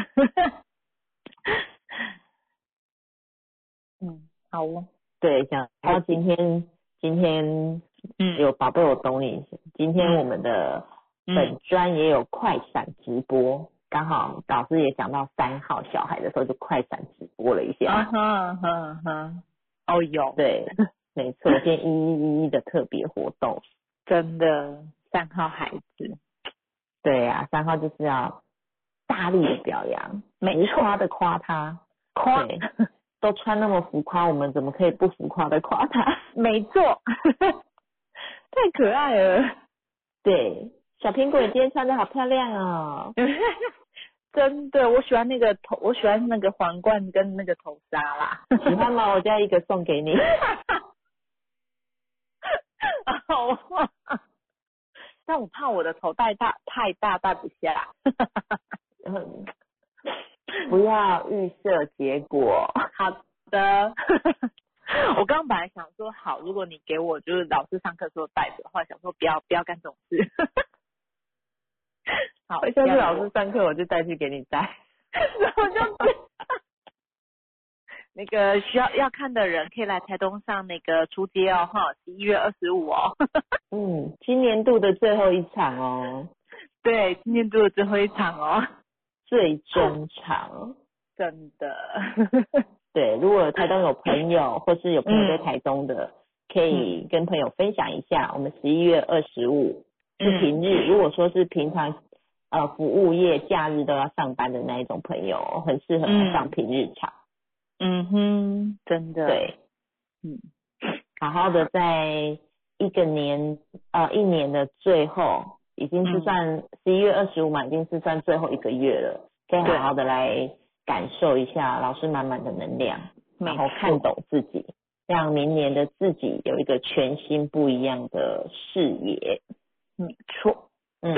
S2: 嗯，好哦。
S1: 对，想然后今天今天
S2: 嗯
S1: 有宝贝，我懂你。今天我们的本专也有快闪直播，刚好老师也讲到三号小孩的时候，就快闪直播了一下。
S2: 啊哈哈哈，哦有，
S1: 对，没错，今天一一一一的特别活动。
S2: 真的三号孩子，
S1: 对呀、三号就是要大力的表扬，浮夸的夸他，
S2: 夸
S1: 对 都穿那么浮夸，我们怎么可以不浮夸的夸 他？
S2: 没错，太可爱了，
S1: 对，小苹果，你今天穿的好漂亮 哦。
S2: 真的，我喜欢那个头，我喜欢那个皇冠跟那个头纱啦，
S1: 喜欢吗？我加一个送给你。
S2: 好啊， 但我怕我的头太大太大戴不下，
S1: 嗯不要预设结果。
S2: 好的。 我刚刚本来想说，好，如果你给我就是老师上课的时候戴着的话，想说不要不要干这种事。 好，
S1: 下次
S2: 不要
S1: 老师上课我就带去给你带。
S2: 然后就 那个需要要看的人可以来台东上那个出街哦，哈，十一月二十五哦。
S1: 嗯，今年度的最后一场哦，
S2: 对，今天做的最后一场哦，
S1: 最终场。
S2: 真的。
S1: 对，如果台东有朋友，或是有朋友在
S2: 嗯
S1: 台东的，可以跟朋友分享一下。我们十一月二十五是平日，
S2: 嗯
S1: 如果说是平常呃服务业假日都要上班的那一种朋友，很适合来上平日场。
S2: 嗯哼，真的。，
S1: 对，
S2: 嗯，
S1: 好好的在一个年呃一年的最后，已经是
S2: 嗯
S1: 算十一月二十五嘛，已经是算最后一个月了，可以
S2: 对
S1: 好好的来感受一下老师满满的能量。
S2: 没
S1: 然后看懂自己，让明年的自己有一个全新不一样的视野。
S2: 没错。
S1: 嗯，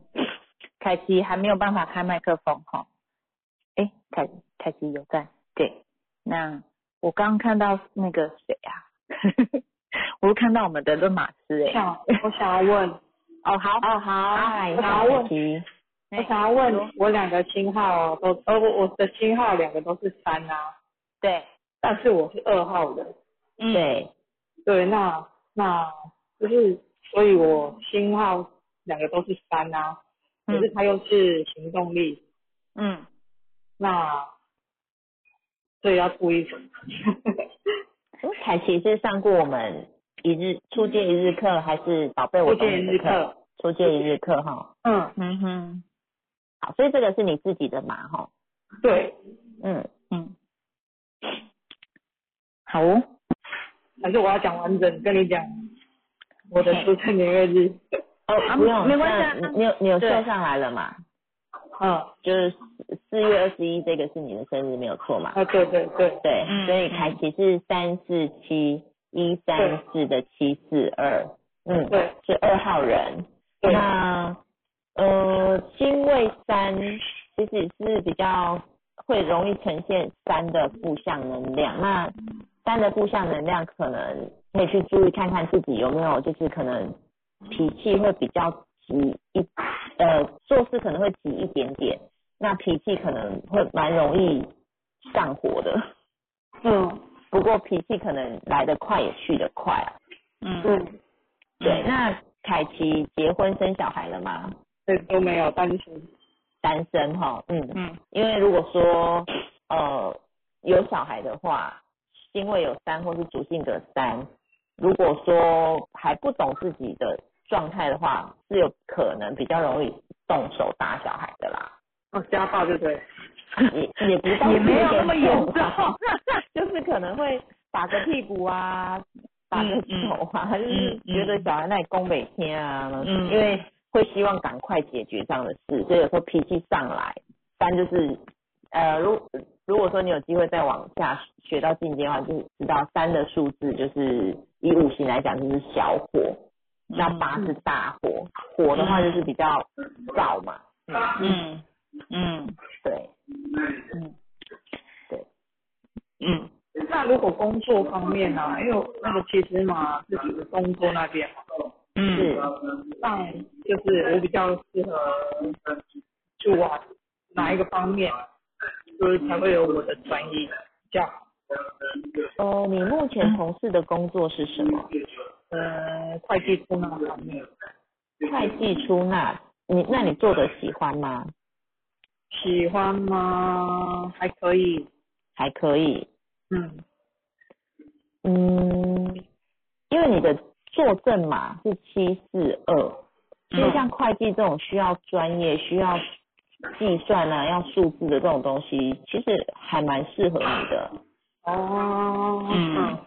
S2: 凯奇还没有办法开麦克风哈、诶，凯凯奇有在。对，那我刚看到那个谁啊， 我又看到我们的论马师哎、
S5: 想，我想要问，
S2: 哦好，
S1: 哦好，嗨，
S4: 哎
S1: 好，
S5: 我
S1: 凯奇
S5: 我想要问，我两个星号哦，都，呃，我我的星号两个都是三啊，
S2: 对，
S5: 但是我是二号的，
S2: 嗯，
S1: 对，
S5: 对，那那就是，所以我星号两个都是三啊，可是它又是行动力，
S2: 嗯，
S5: 那所以要注意什么？
S1: 嗯凯奇是上过我们一日出街一日课，还是宝贝我懂你的课？，出街一日课哈，
S5: 嗯，
S2: 嗯哼，
S1: 好，所以这个是你自己的嘛哈，
S5: 对，
S1: 嗯，
S2: 嗯，好哦，
S5: 还是我要讲完整，跟你讲我的出生年月日。
S1: 哦，
S2: 啊
S1: 不用，
S2: 没关系啊
S1: 那你你有你有秀
S2: 对啊
S1: 上来了嘛？
S5: 嗯，
S1: 就是四四月二十一，这个是你的生日，没有错嘛？
S5: 啊，对对对，
S1: 对，
S2: 嗯
S1: 所以凯奇是三四七一三四的七四二，嗯，
S5: 对，
S1: 是二号人。
S5: 对
S1: 那呃，金位三其实是比较会容易呈现三的负向能量。那三的负向能量可能可以去注意看看自己有没有，就是可能脾气会比较急一，呃，做事可能会急一点点。那脾气可能会蛮容易上火的。
S5: 嗯
S1: 不过脾气可能来得快也去得快啊。
S2: 嗯，
S5: 嗯，
S1: 对，那凯奇结婚生小孩了吗？
S5: 这都没有单身。
S1: 单身哈，嗯，
S2: 嗯，
S1: 因为如果说呃有小孩的话，因为有三或是主性格三，如果说还不懂自己的状态的话，是有可能比较容易动手打小孩的啦，
S5: 哦，家暴对不对？
S1: 也也不到
S2: 也没有那么严
S1: 重
S2: 重，
S1: 啊， 就是可能会打个屁股啊，打个手啊，就是觉得小孩啊那里攻北天啊，
S2: 嗯
S1: 因为会希望赶快解决这样的事，所以有时候脾气上来，但就是呃，如如果说你有机会再往下学到进阶的话，就是知道三的数字就是以五行来讲就是小火，那八是大火，火的话就是比较燥嘛，
S2: 嗯嗯嗯
S1: 对，
S5: 如果工作方面呢、因为我那个其实嘛，自己的工作那边嘛，
S2: 嗯
S1: 是
S5: 上就是我比较适合去往哪一个方面，就是才会有我的专业比较好。
S1: 哦，你目前从事的工作是什么？
S5: 呃，会计出纳方面
S1: 会计出纳，你那你做的喜欢吗？
S5: 喜欢吗？还可以，
S1: 还可以，
S5: 嗯，
S1: 嗯，因为你的作证码是七四二，因为
S5: 嗯
S1: 像会计这种需要专业、需要计算啊、要数字的这种东西，其实还蛮适合你的。
S5: 哦，嗯，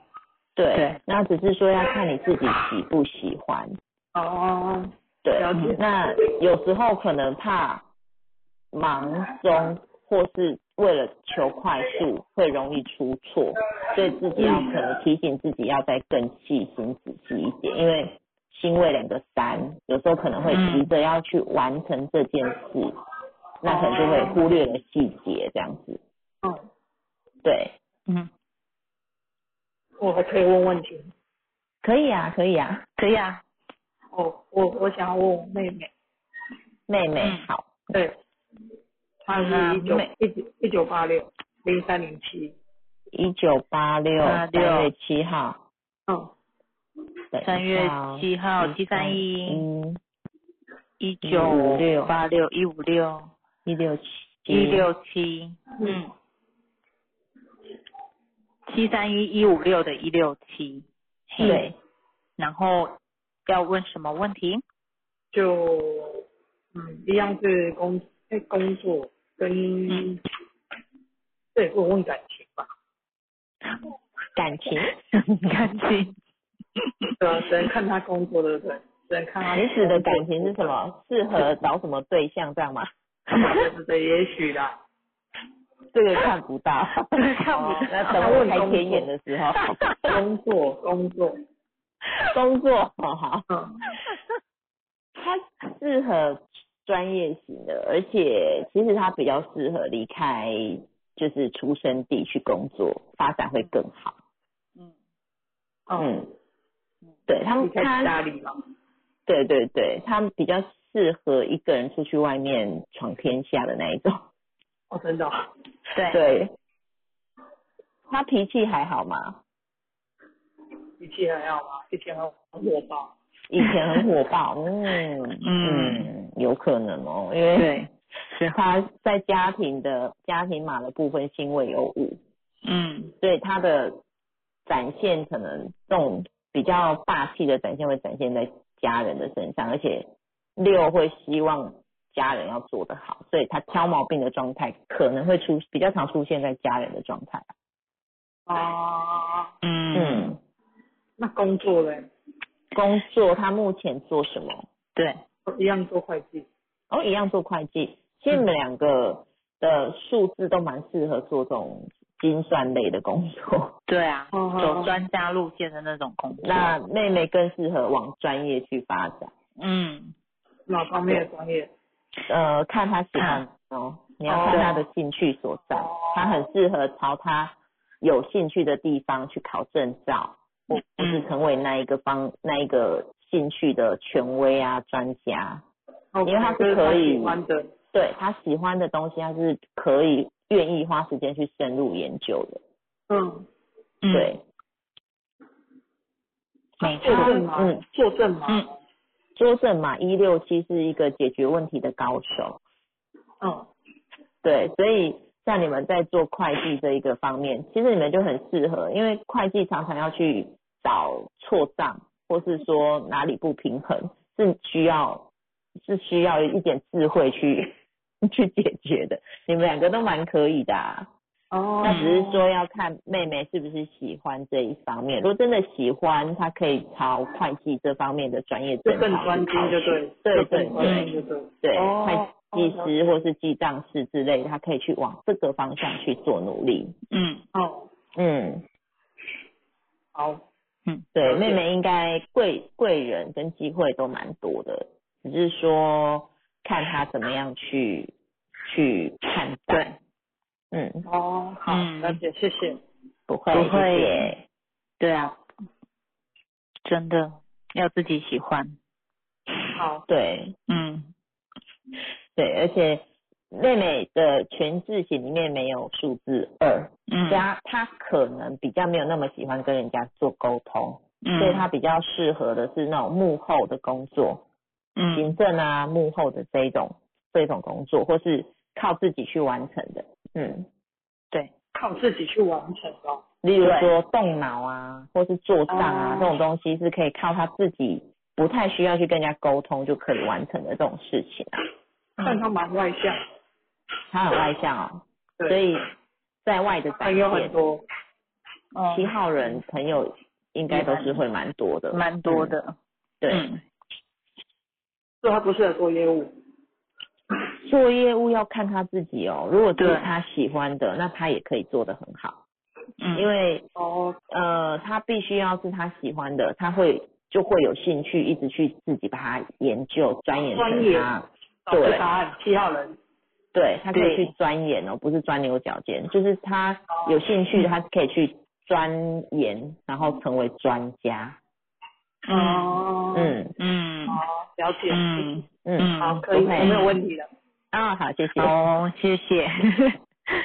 S1: 对，
S5: 对
S1: 那只是说要看你自己喜不喜欢。
S5: 哦，
S1: 对
S5: 了解，
S1: 那有时候可能怕忙中，或是为了求快速，会容易出错，所以自己要
S2: 嗯
S1: 可能提醒自己要再更细心仔细一点，因为心为两个三，有时候可能会
S2: 嗯
S1: 急着要去完成这件事，那可能就会忽略了细节这样子。
S5: 嗯，
S4: 哦
S1: 对，
S2: 嗯
S5: 我还可以问问题。
S1: 可以啊，可以啊，
S2: 可以啊，
S5: 哦，我我想要问我妹妹，
S1: 妹妹
S2: 嗯
S1: 好，
S5: 对，她是一九
S1: 妹
S5: 一九一九八六零三零七，
S1: 一九八六
S2: 86
S1: 三月七号。
S4: 哦
S5: 嗯，
S1: 等一
S2: 三月
S1: 下哦
S2: 七号七三一
S1: 嗯，
S2: 一九八六一五六
S1: 一六七
S2: 一六七，嗯，七三一一五六的一六七，嘿
S1: 对，
S2: 然后要问什么问 题？
S5: 就嗯一样是工在工作跟，对，我问感情吧，
S1: 感 情。
S2: 感情
S5: 对啊，只能看她工作的人，只能看她
S1: 你指的感情是什么？适合找什么对象这 样吗？
S5: 啊对对，也许啦，
S1: 这个看不 到，哦
S2: 看不
S1: 那等我开天眼的时候，
S5: 工作工作，
S1: 工作好好，
S5: 嗯，
S1: 他适合专业型的，而且其实他比较适合离开就是出生地去工作，发展会更好。
S5: 嗯哦，
S1: 嗯，对他
S5: 离
S1: 们
S5: 开
S1: 他
S5: 家里嘛，
S1: 对对对，他们比较适合一个人出去外面闯天下的那一种。
S5: 哦，真的哦，
S2: 对
S1: 对，他脾气还好吗？
S5: 脾气很好嘛，脾气很火爆，
S1: 以前很火爆， 嗯
S2: 嗯
S1: 嗯，有可能哦，因为
S2: 对，是
S1: 他在家庭的家庭码的部分星位有五，
S2: 嗯
S1: 所以他的展现可能这种比较霸气的展现会展现在家人的身上，而且六会希望家人要做得好，所以他挑毛病的状态可能会出比较常出现在家人的状态。
S5: 啊，
S2: 嗯
S1: 嗯，
S5: 那工作嘞，
S1: 工作他目前做什么？
S2: 对，
S5: 一样做会计，
S1: 哦，一样做会计。其实你
S5: 嗯
S1: 们两个的数字都蛮适合做这种精算类的工作。
S2: 对啊，
S5: 哦
S2: 走专家路线的那种工作，
S1: 那妹妹更适合往专业去发展，
S2: 嗯
S5: 哪方面的专业？
S1: 呃，看她喜
S5: 嗯
S1: 欢哦，你要看她的兴趣所在，
S5: 哦
S1: 她很适合朝她有兴趣的地方去考证照，或
S5: 嗯
S1: 或是成为那一个方那一个兴趣的权威啊专家。
S5: 哦
S1: 因为他是
S5: 就是
S1: 可
S5: 他
S1: 以
S5: 喜欢的，
S1: 对她喜欢的东西，她是可以愿意花时间去深入研究的。
S5: 嗯，
S2: 嗯，
S1: 对，
S2: 没错
S5: 作，证嘛，
S1: 嗯
S5: 作证嘛，
S2: 嗯
S1: 桌正嘛，一六七是一个解决问题的高手，
S5: 嗯，
S1: 对，所以像你们在做会计这一个方面，其实你们就很适合，因为会计常常要去找错账，或是说哪里不平衡，是需要是需要一点智慧去 去解决的。你们两个都蛮可以的、啊，
S5: 哦，
S1: 那只是说要看妹妹是不是喜欢这一方面。如果真的喜欢，她可以朝会计这方面的专业
S5: 就
S1: 证
S5: 更
S1: 照去
S5: 专心
S1: 考
S5: 就
S1: 取
S5: 对，
S1: 对
S5: 就
S1: 对
S5: 更专
S1: 对
S5: 心就对，
S1: 对，
S5: 哦
S1: 会计师或是记账师之类，他可以去往这个方向去做努力。
S2: 嗯
S5: 哦，
S1: 嗯，
S5: 好，
S1: 对，
S5: 了解
S1: 妹妹应该贵贵人跟机会都蛮多的，只是说看她怎么样去去看待。嗯，
S5: 哦，好，
S2: 嗯
S5: 了解，谢谢，
S1: 不会，
S2: 不会
S1: 谢谢
S2: 对啊，真的要自己喜欢。
S5: 好，
S1: 对
S2: 嗯，
S1: 对，而且妹妹的全字型里面没有数字二，
S2: 嗯，
S1: 加她可能比较没有那么喜欢跟人家做沟通，
S2: 嗯，
S1: 所以她比较适合的是那种幕后的工作，行
S2: 嗯
S1: 政啊、幕后的这一种这一种工作，或是靠自己去完成的，嗯。
S5: 靠自己去完成哦。
S1: 例如说动脑啊，或是做账啊、
S5: 哦
S1: 这种东西是可以靠他自己，不太需要去跟人家沟通就可以完成的这种事情。
S5: 但他蛮外向，
S1: 他
S4: 啊
S1: 很外向哦，
S5: 对
S1: 所以在外的展
S5: 朋友很
S1: 现，
S5: 多，
S2: 哦
S1: 七号人朋友应该都是会蛮多的，
S2: 蛮多的，
S1: 对。
S2: 嗯
S5: 所以他不适合做业务。
S1: 做业务要看他自己哦，如果是
S2: 对
S1: 他喜欢的，那他也可以做得很好，
S2: 嗯，
S1: 因为
S5: 哦，
S1: 呃，他必须要是他喜欢的，他会就会有兴趣一直去自己把它研究钻研
S5: 钻
S1: 成
S5: 研
S1: 他
S5: 找出
S1: 对
S5: 答案，七号人。
S1: 对他可以
S2: 对
S1: 去钻研哦，不是钻牛角尖，就是他有兴趣，他可以去钻研，然后成为专家。
S2: 嗯
S5: 哦，
S1: 嗯
S2: 嗯
S5: 好，了解。
S2: 嗯
S1: 嗯，
S2: 嗯，
S5: 好，可以，
S1: OK
S5: 我没有问题了。
S1: 啊，好，谢谢。
S2: 好，谢谢。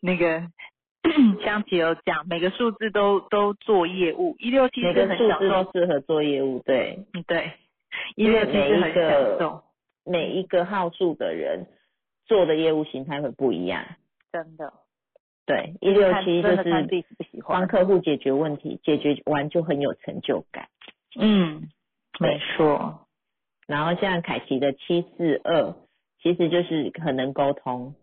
S2: 那个香琪有讲，每个数字都都做业务，一六七
S1: 每
S2: 是
S1: 个
S2: 很
S1: 数
S2: 享
S1: 字
S2: 受
S1: 都，适合做业务，对，
S2: 嗯对，一
S1: 因为
S2: 六七
S1: 每
S2: 是
S1: 一
S2: 很
S1: 个
S2: 享受，
S1: 每一个号数的人做的业务形态会不一样。
S2: 真的。
S1: 对，一六七就
S2: 看真的看自
S1: 是
S2: 己喜不喜
S1: 帮
S2: 欢。
S1: 客户解决问题，解决完就很有成就感。
S2: 嗯，
S1: 对
S2: 没错。
S1: 然后像凯奇的七四二，其实就是很能沟通，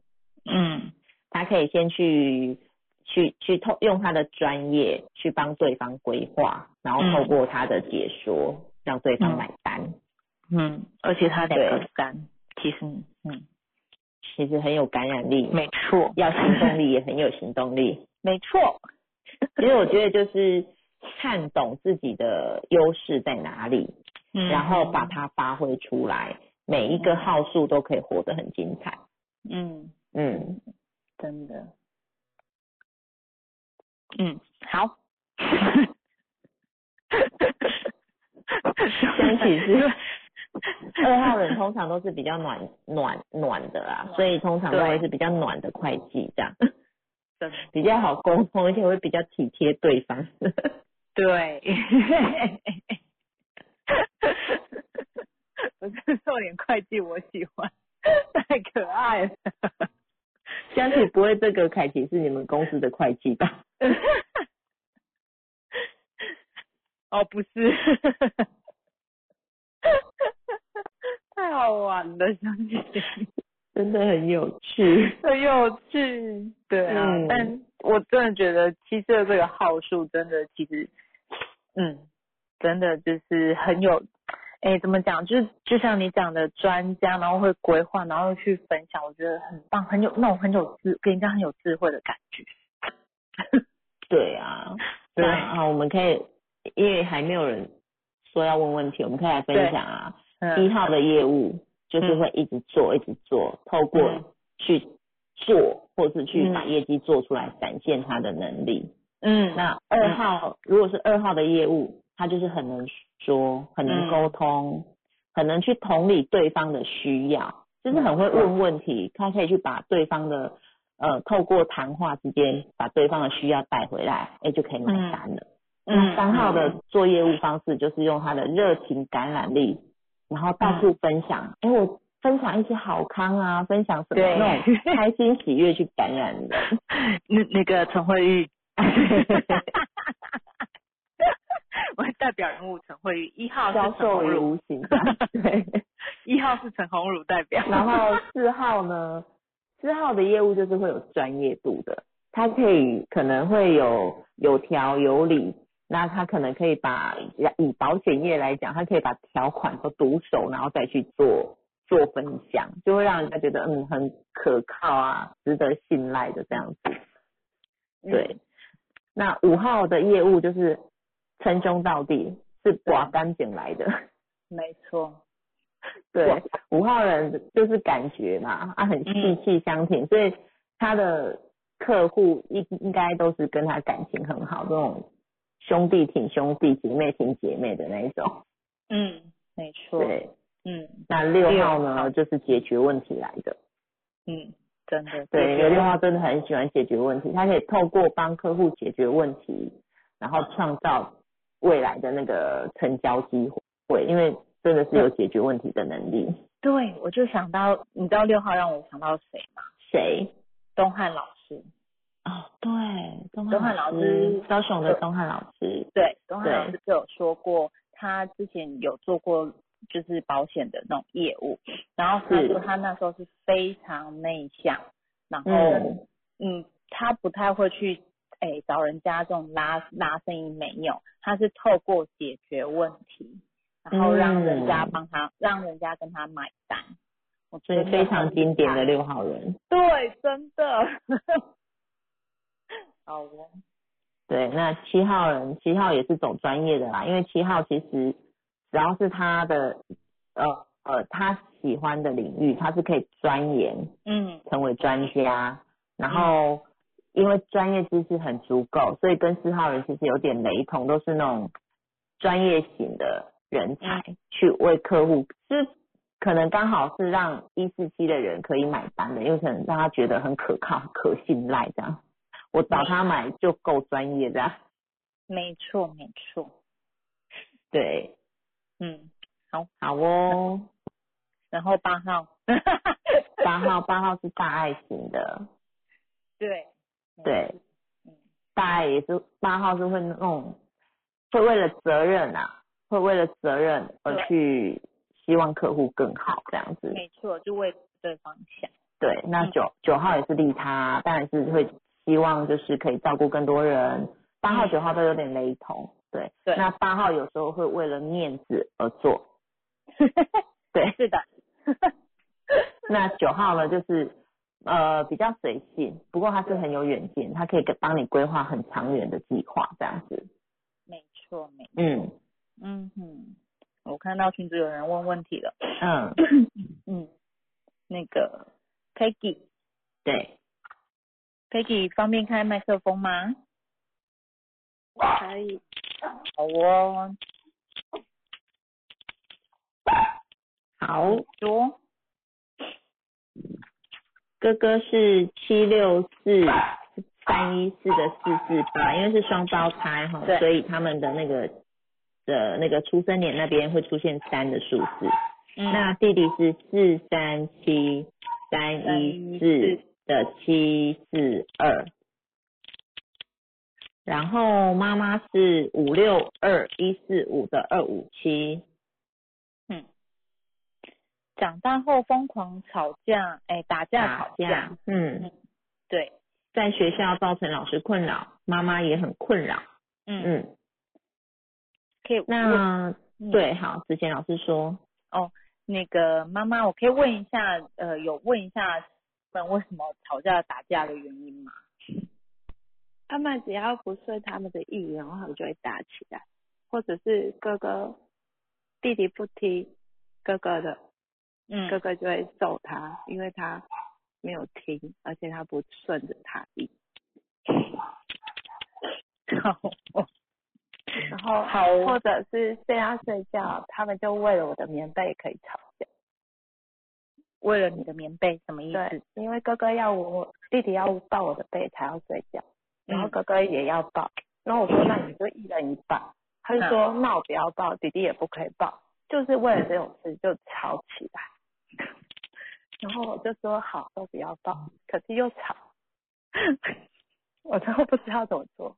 S2: 嗯
S1: 他可以先去去去透用他的专业去帮对方规划，然后
S2: 嗯
S1: 透过他的解说、让对方
S2: 嗯
S1: 买单，
S2: 嗯，而且他两个
S1: 对
S2: 三，其实嗯，
S1: 其实很有感染力，
S2: 没错，
S1: 要行动力也很有行动力。
S2: 没错。
S1: 其实我觉得就是看懂自己的优势在哪里，
S2: 嗯
S1: 然后把它发挥出来，每一个号数都可以活得很精彩。
S2: 嗯，
S1: 嗯，
S2: 真的，嗯，好。
S1: 想起是二号人通常都是比较暖暖暖的啦，所以通常都会是比较暖的会计这样。
S2: 真的
S1: 比较好沟通，而且会比较体贴对方。
S2: 对，不是瘦脸会计，我喜欢，太可爱了。
S1: 相信不会这个凯奇是你们公司的会计吧？
S2: 哦，不是，太好玩了，相信
S1: 真的很有趣。
S2: 很有趣。对啊，
S1: 嗯
S2: 但我真的觉得七色这个号数真的其实，嗯，真的就是很有。哎，怎么讲？就是就像你讲的专家，然后会规划，然后去分享，我觉得很棒，很有那种很有智，给人家很有智慧的感觉。
S1: 对 啊，
S2: 对
S1: 那啊，我们可以，因为还没有人说要问问题，我们可以来分享啊。一
S2: 嗯，
S1: 号的业务就是会一直做，一直做，透
S2: 嗯
S1: 过去做，或是去把业绩做出来，展现他的能力。
S2: 嗯，
S1: 那二号、如果是二号的业务，他就是很能说，很能
S2: 嗯
S1: 沟通，很能去同理对方的需要，就是很
S2: 嗯
S1: 会问问题，他可以去把对方的呃透过谈话之间把对方的需要带回来，哎、就可以买单了。
S2: 嗯，
S1: 三号的做业务方式就是用他的热情感染力，然后到
S2: 嗯
S1: 处分享，哎、我分享一些好康啊，分享什么
S2: 对
S1: 那种开心喜悦去感染 人。
S2: 那那个陈慧玉， 我代表人物陈慧玉，一号
S1: 销
S2: 是陈
S1: 售
S2: 鸿
S1: 于
S2: 儒，
S1: 无形吧， 对。
S2: 一号是陈鸿儒代表，
S1: 然后四号呢，四号的业务就是会有专业度的，他可以可能会有有条有理，那他可能可以把以保险业来讲，他可以把条款都读熟，然后再去做做分享，就会让人家觉得嗯很可靠啊，值得信赖的这样子。对，那五号的业务就是称兄道弟，是寡干捡来的。
S2: 没错，
S1: 对，
S2: 嗯
S1: 五号人就是感觉嘛，啊，很细气相挺，所以他的客户应应该都是跟他感情很好，这种兄弟挺兄弟、姐妹挺姐妹的那一种。
S2: 嗯，没错，
S1: 对，
S2: 嗯
S1: 那六
S2: 六
S1: 号呢，就是解决问题来的。
S2: 嗯，真的，
S1: 对，有六号真的很喜欢解决问题，他可以透过帮客户解决问题，然后创造未来的那个成交机会，因为真的是有解决问题的能力。
S2: 对，我就想到，你知道六号让我想到谁吗？
S1: 谁？
S2: 东汉老师，
S1: 哦，对，东
S2: 东汉老师
S1: 高雄的东汉老师，
S2: 对，东汉老
S1: 对
S2: 师就有说过，他之前有做过就是保险的那种业务，然后他
S1: 是
S2: 说他那时候是非常内向，然后
S1: 嗯
S2: 嗯，他不太会去诶、找人家这种拉拉生意，没有，他是透过解决问题，然后让人家
S1: 嗯
S2: 帮他，让人家跟他买单。我
S1: 所以
S2: 真的
S1: 非常
S2: 很
S1: 经典
S2: 爱
S1: 的六号人。
S2: 对，真的。好哦，
S1: 对，那七号人，七号也是走专业的啦，因为七号其实只要是他的呃呃他喜欢的领域，他是可以钻研
S2: 嗯
S1: 成为专家，然后因为专业知识很足够，所以跟四号人其实有点雷同，都是那种专业型的人才、去为客户，就是可能刚好是让一四七的人可以买单的，因为可能让他觉得很可靠、可信赖这样。我找他买就够专业这样。
S2: 没错没错，
S1: 对，
S2: 嗯，
S1: 好哦。
S2: 然后八号，
S1: 八号，八号是大爱型的，
S2: 对
S1: 对，
S2: 嗯
S1: 大爱也是八号是会那种，会为了责任啊，会为了责任而
S2: 对
S1: 去希望客户更好这样子。
S2: 没错，就为对方想，
S1: 对，那
S2: 嗯
S1: 九九号也是利他，当然是会希望就是可以照顾更多人。八号、
S2: 嗯
S1: 九号都有点雷同，对。
S2: 对
S1: 那八号有时候会为了面子而做，对。
S2: 是的，
S1: 那九号呢，就是呃比较随性，不过他是很有远见，他可以给帮你规划很长远的计划这样子。
S2: 没错没，
S1: 嗯
S2: 嗯哼，我看到群主有人问问题了，
S1: 嗯，
S2: 嗯，那个 Peggy
S1: 对。
S2: Peggy 方便开麦克风吗？
S4: 可以。
S2: 好哦，
S1: 好，
S2: 说，
S1: 哥哥是七六四三一四的四四八，因为是双胞胎哈
S2: 对，
S1: 所以他们的那个的那个出生年那边会出现三的数字。
S2: 嗯
S1: 那弟弟是四三七三一四的七四二，然后妈妈是五六二一四五的二五七，
S2: 长大后疯狂吵架，哎，打架
S1: 打
S2: 吵
S1: 架，嗯，
S2: 对，
S1: 在学校造成老师困扰，妈妈也很困扰，
S2: 嗯，
S1: 嗯，
S2: 可以问
S1: 那
S2: 嗯
S1: 对，好，之前老师说，
S2: 那个妈妈，我可以问一下，呃，有问一下们为什么吵架打架的原因吗？
S6: 他们只要不顺他们的意，然后他们就会打起来，或者是哥哥弟弟不听哥哥的，
S2: 嗯
S6: 哥哥就会揍他，因为他没有听，而且他不顺着他意。 然后
S2: 好
S1: 哦
S6: 或者是被他睡觉，他们就为了我的棉被可以吵架。
S2: 为了你的棉被什么意思
S6: 对？，因为哥哥要我，弟弟要抱我的背才要睡觉，然后
S2: 嗯
S6: 哥哥也要抱。然后我说那你就一人一抱，他
S2: 嗯
S6: 就说那我不要抱，弟弟也不可以抱，就是为了这种事就吵起来。然后我就说好，都不要抱，可是又吵，我都不知道怎么做。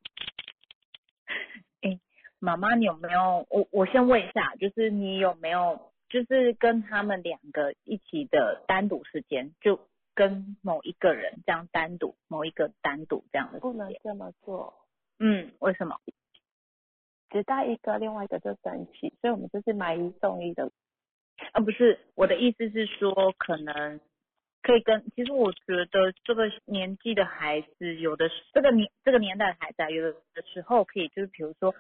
S2: 妈妈，你有没有？我我先问一下，就是你有没有，就是跟他们两个一起的单独时间，就跟某一个人这样单独，某一个单独这样的时
S6: 不能
S2: 间？
S6: 这么做，
S2: 嗯，为什么？
S6: 只带一个，另外一个就生气，所以我们就是买一送一的。
S2: 啊，不是，我的意思是说，可能可以跟，其实我觉得这个年纪的孩子，有的这个年这个年代的孩子啊，有的时候可以就是，比如说，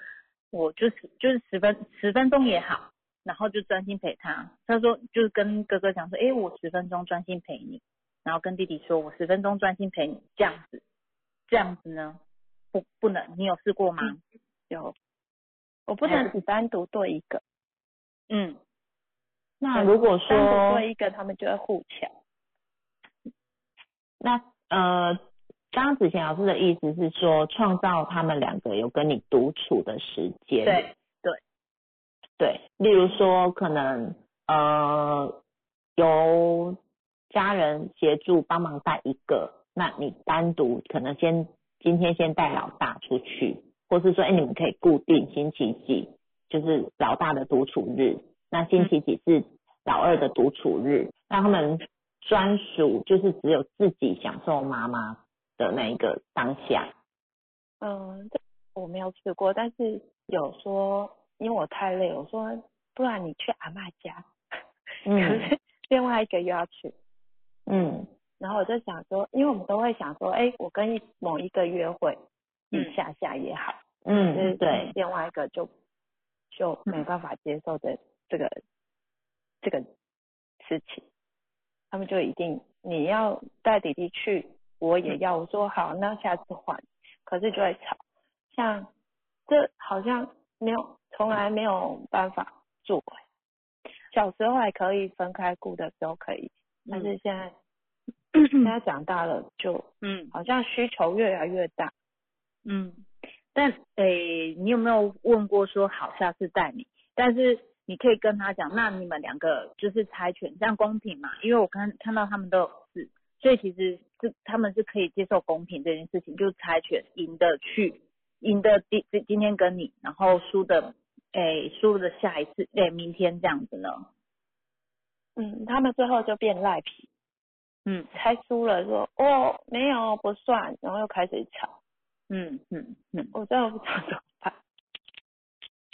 S2: 我就是就是十分十分钟也好，然后就专心陪他。他说就是跟哥哥讲说，诶，我十分钟专心陪你，然后跟弟弟说我十分钟专心陪你，这样子，这样子呢？不，不能，你有试过吗？有，
S3: 我不
S5: 哎
S3: 能只单独对一个，
S2: 嗯，
S1: 那如果
S3: 单独
S1: 说
S3: 对一个他们就会互抢。
S1: 那呃，刚刚子贤老师的意思是说，创造他们两个有跟你独处的时间。
S2: 嗯对对
S1: 对，例如说可能呃由家人协助帮忙带一个，那你单独可能先今天先带老大出去，或是说哎、你们可以固定星期几就是老大的独处日，那
S3: 嗯
S1: 星期几是老二的独处日，让他们专属就是只有自己享受妈妈的那一个当下。
S3: 嗯，这我没有试过，但是有说，因为我太累，我说不然你去阿嬷家， 可
S1: 嗯
S3: 是 另外一个又要去，
S1: 嗯
S3: 然后我就想说，因为我们都会想说，哎、我跟某一个约会
S2: 嗯
S3: 一下下也好，可是
S1: 嗯，对。
S3: 另外一个就就没办法接受的这个、这个事情，他们就一定你要带弟弟去，我也要，我说好，那下次换，可是就会吵，像这好像没有从来没有办法做、小时候还可以分开顾的时候可以，但是现在、现在长大了就
S2: 嗯
S3: 好像需求越来越大，
S2: 嗯，但诶、你有没有问过说好下次带你？但是你可以跟他讲，那你们两个就是猜拳，这样公平嘛？因为我看看到他们都有事，所以其实是他们是可以接受公平这件事情，就是猜拳赢的去，赢的今今天跟你，然后输的诶输的下一次诶、明天这样子呢？
S3: 嗯，他们最后就变赖皮。
S2: 嗯
S3: 猜输了说哦没有不算，然后又开始吵，
S2: 嗯嗯嗯，
S3: 我真的不知道怎么办。 我我真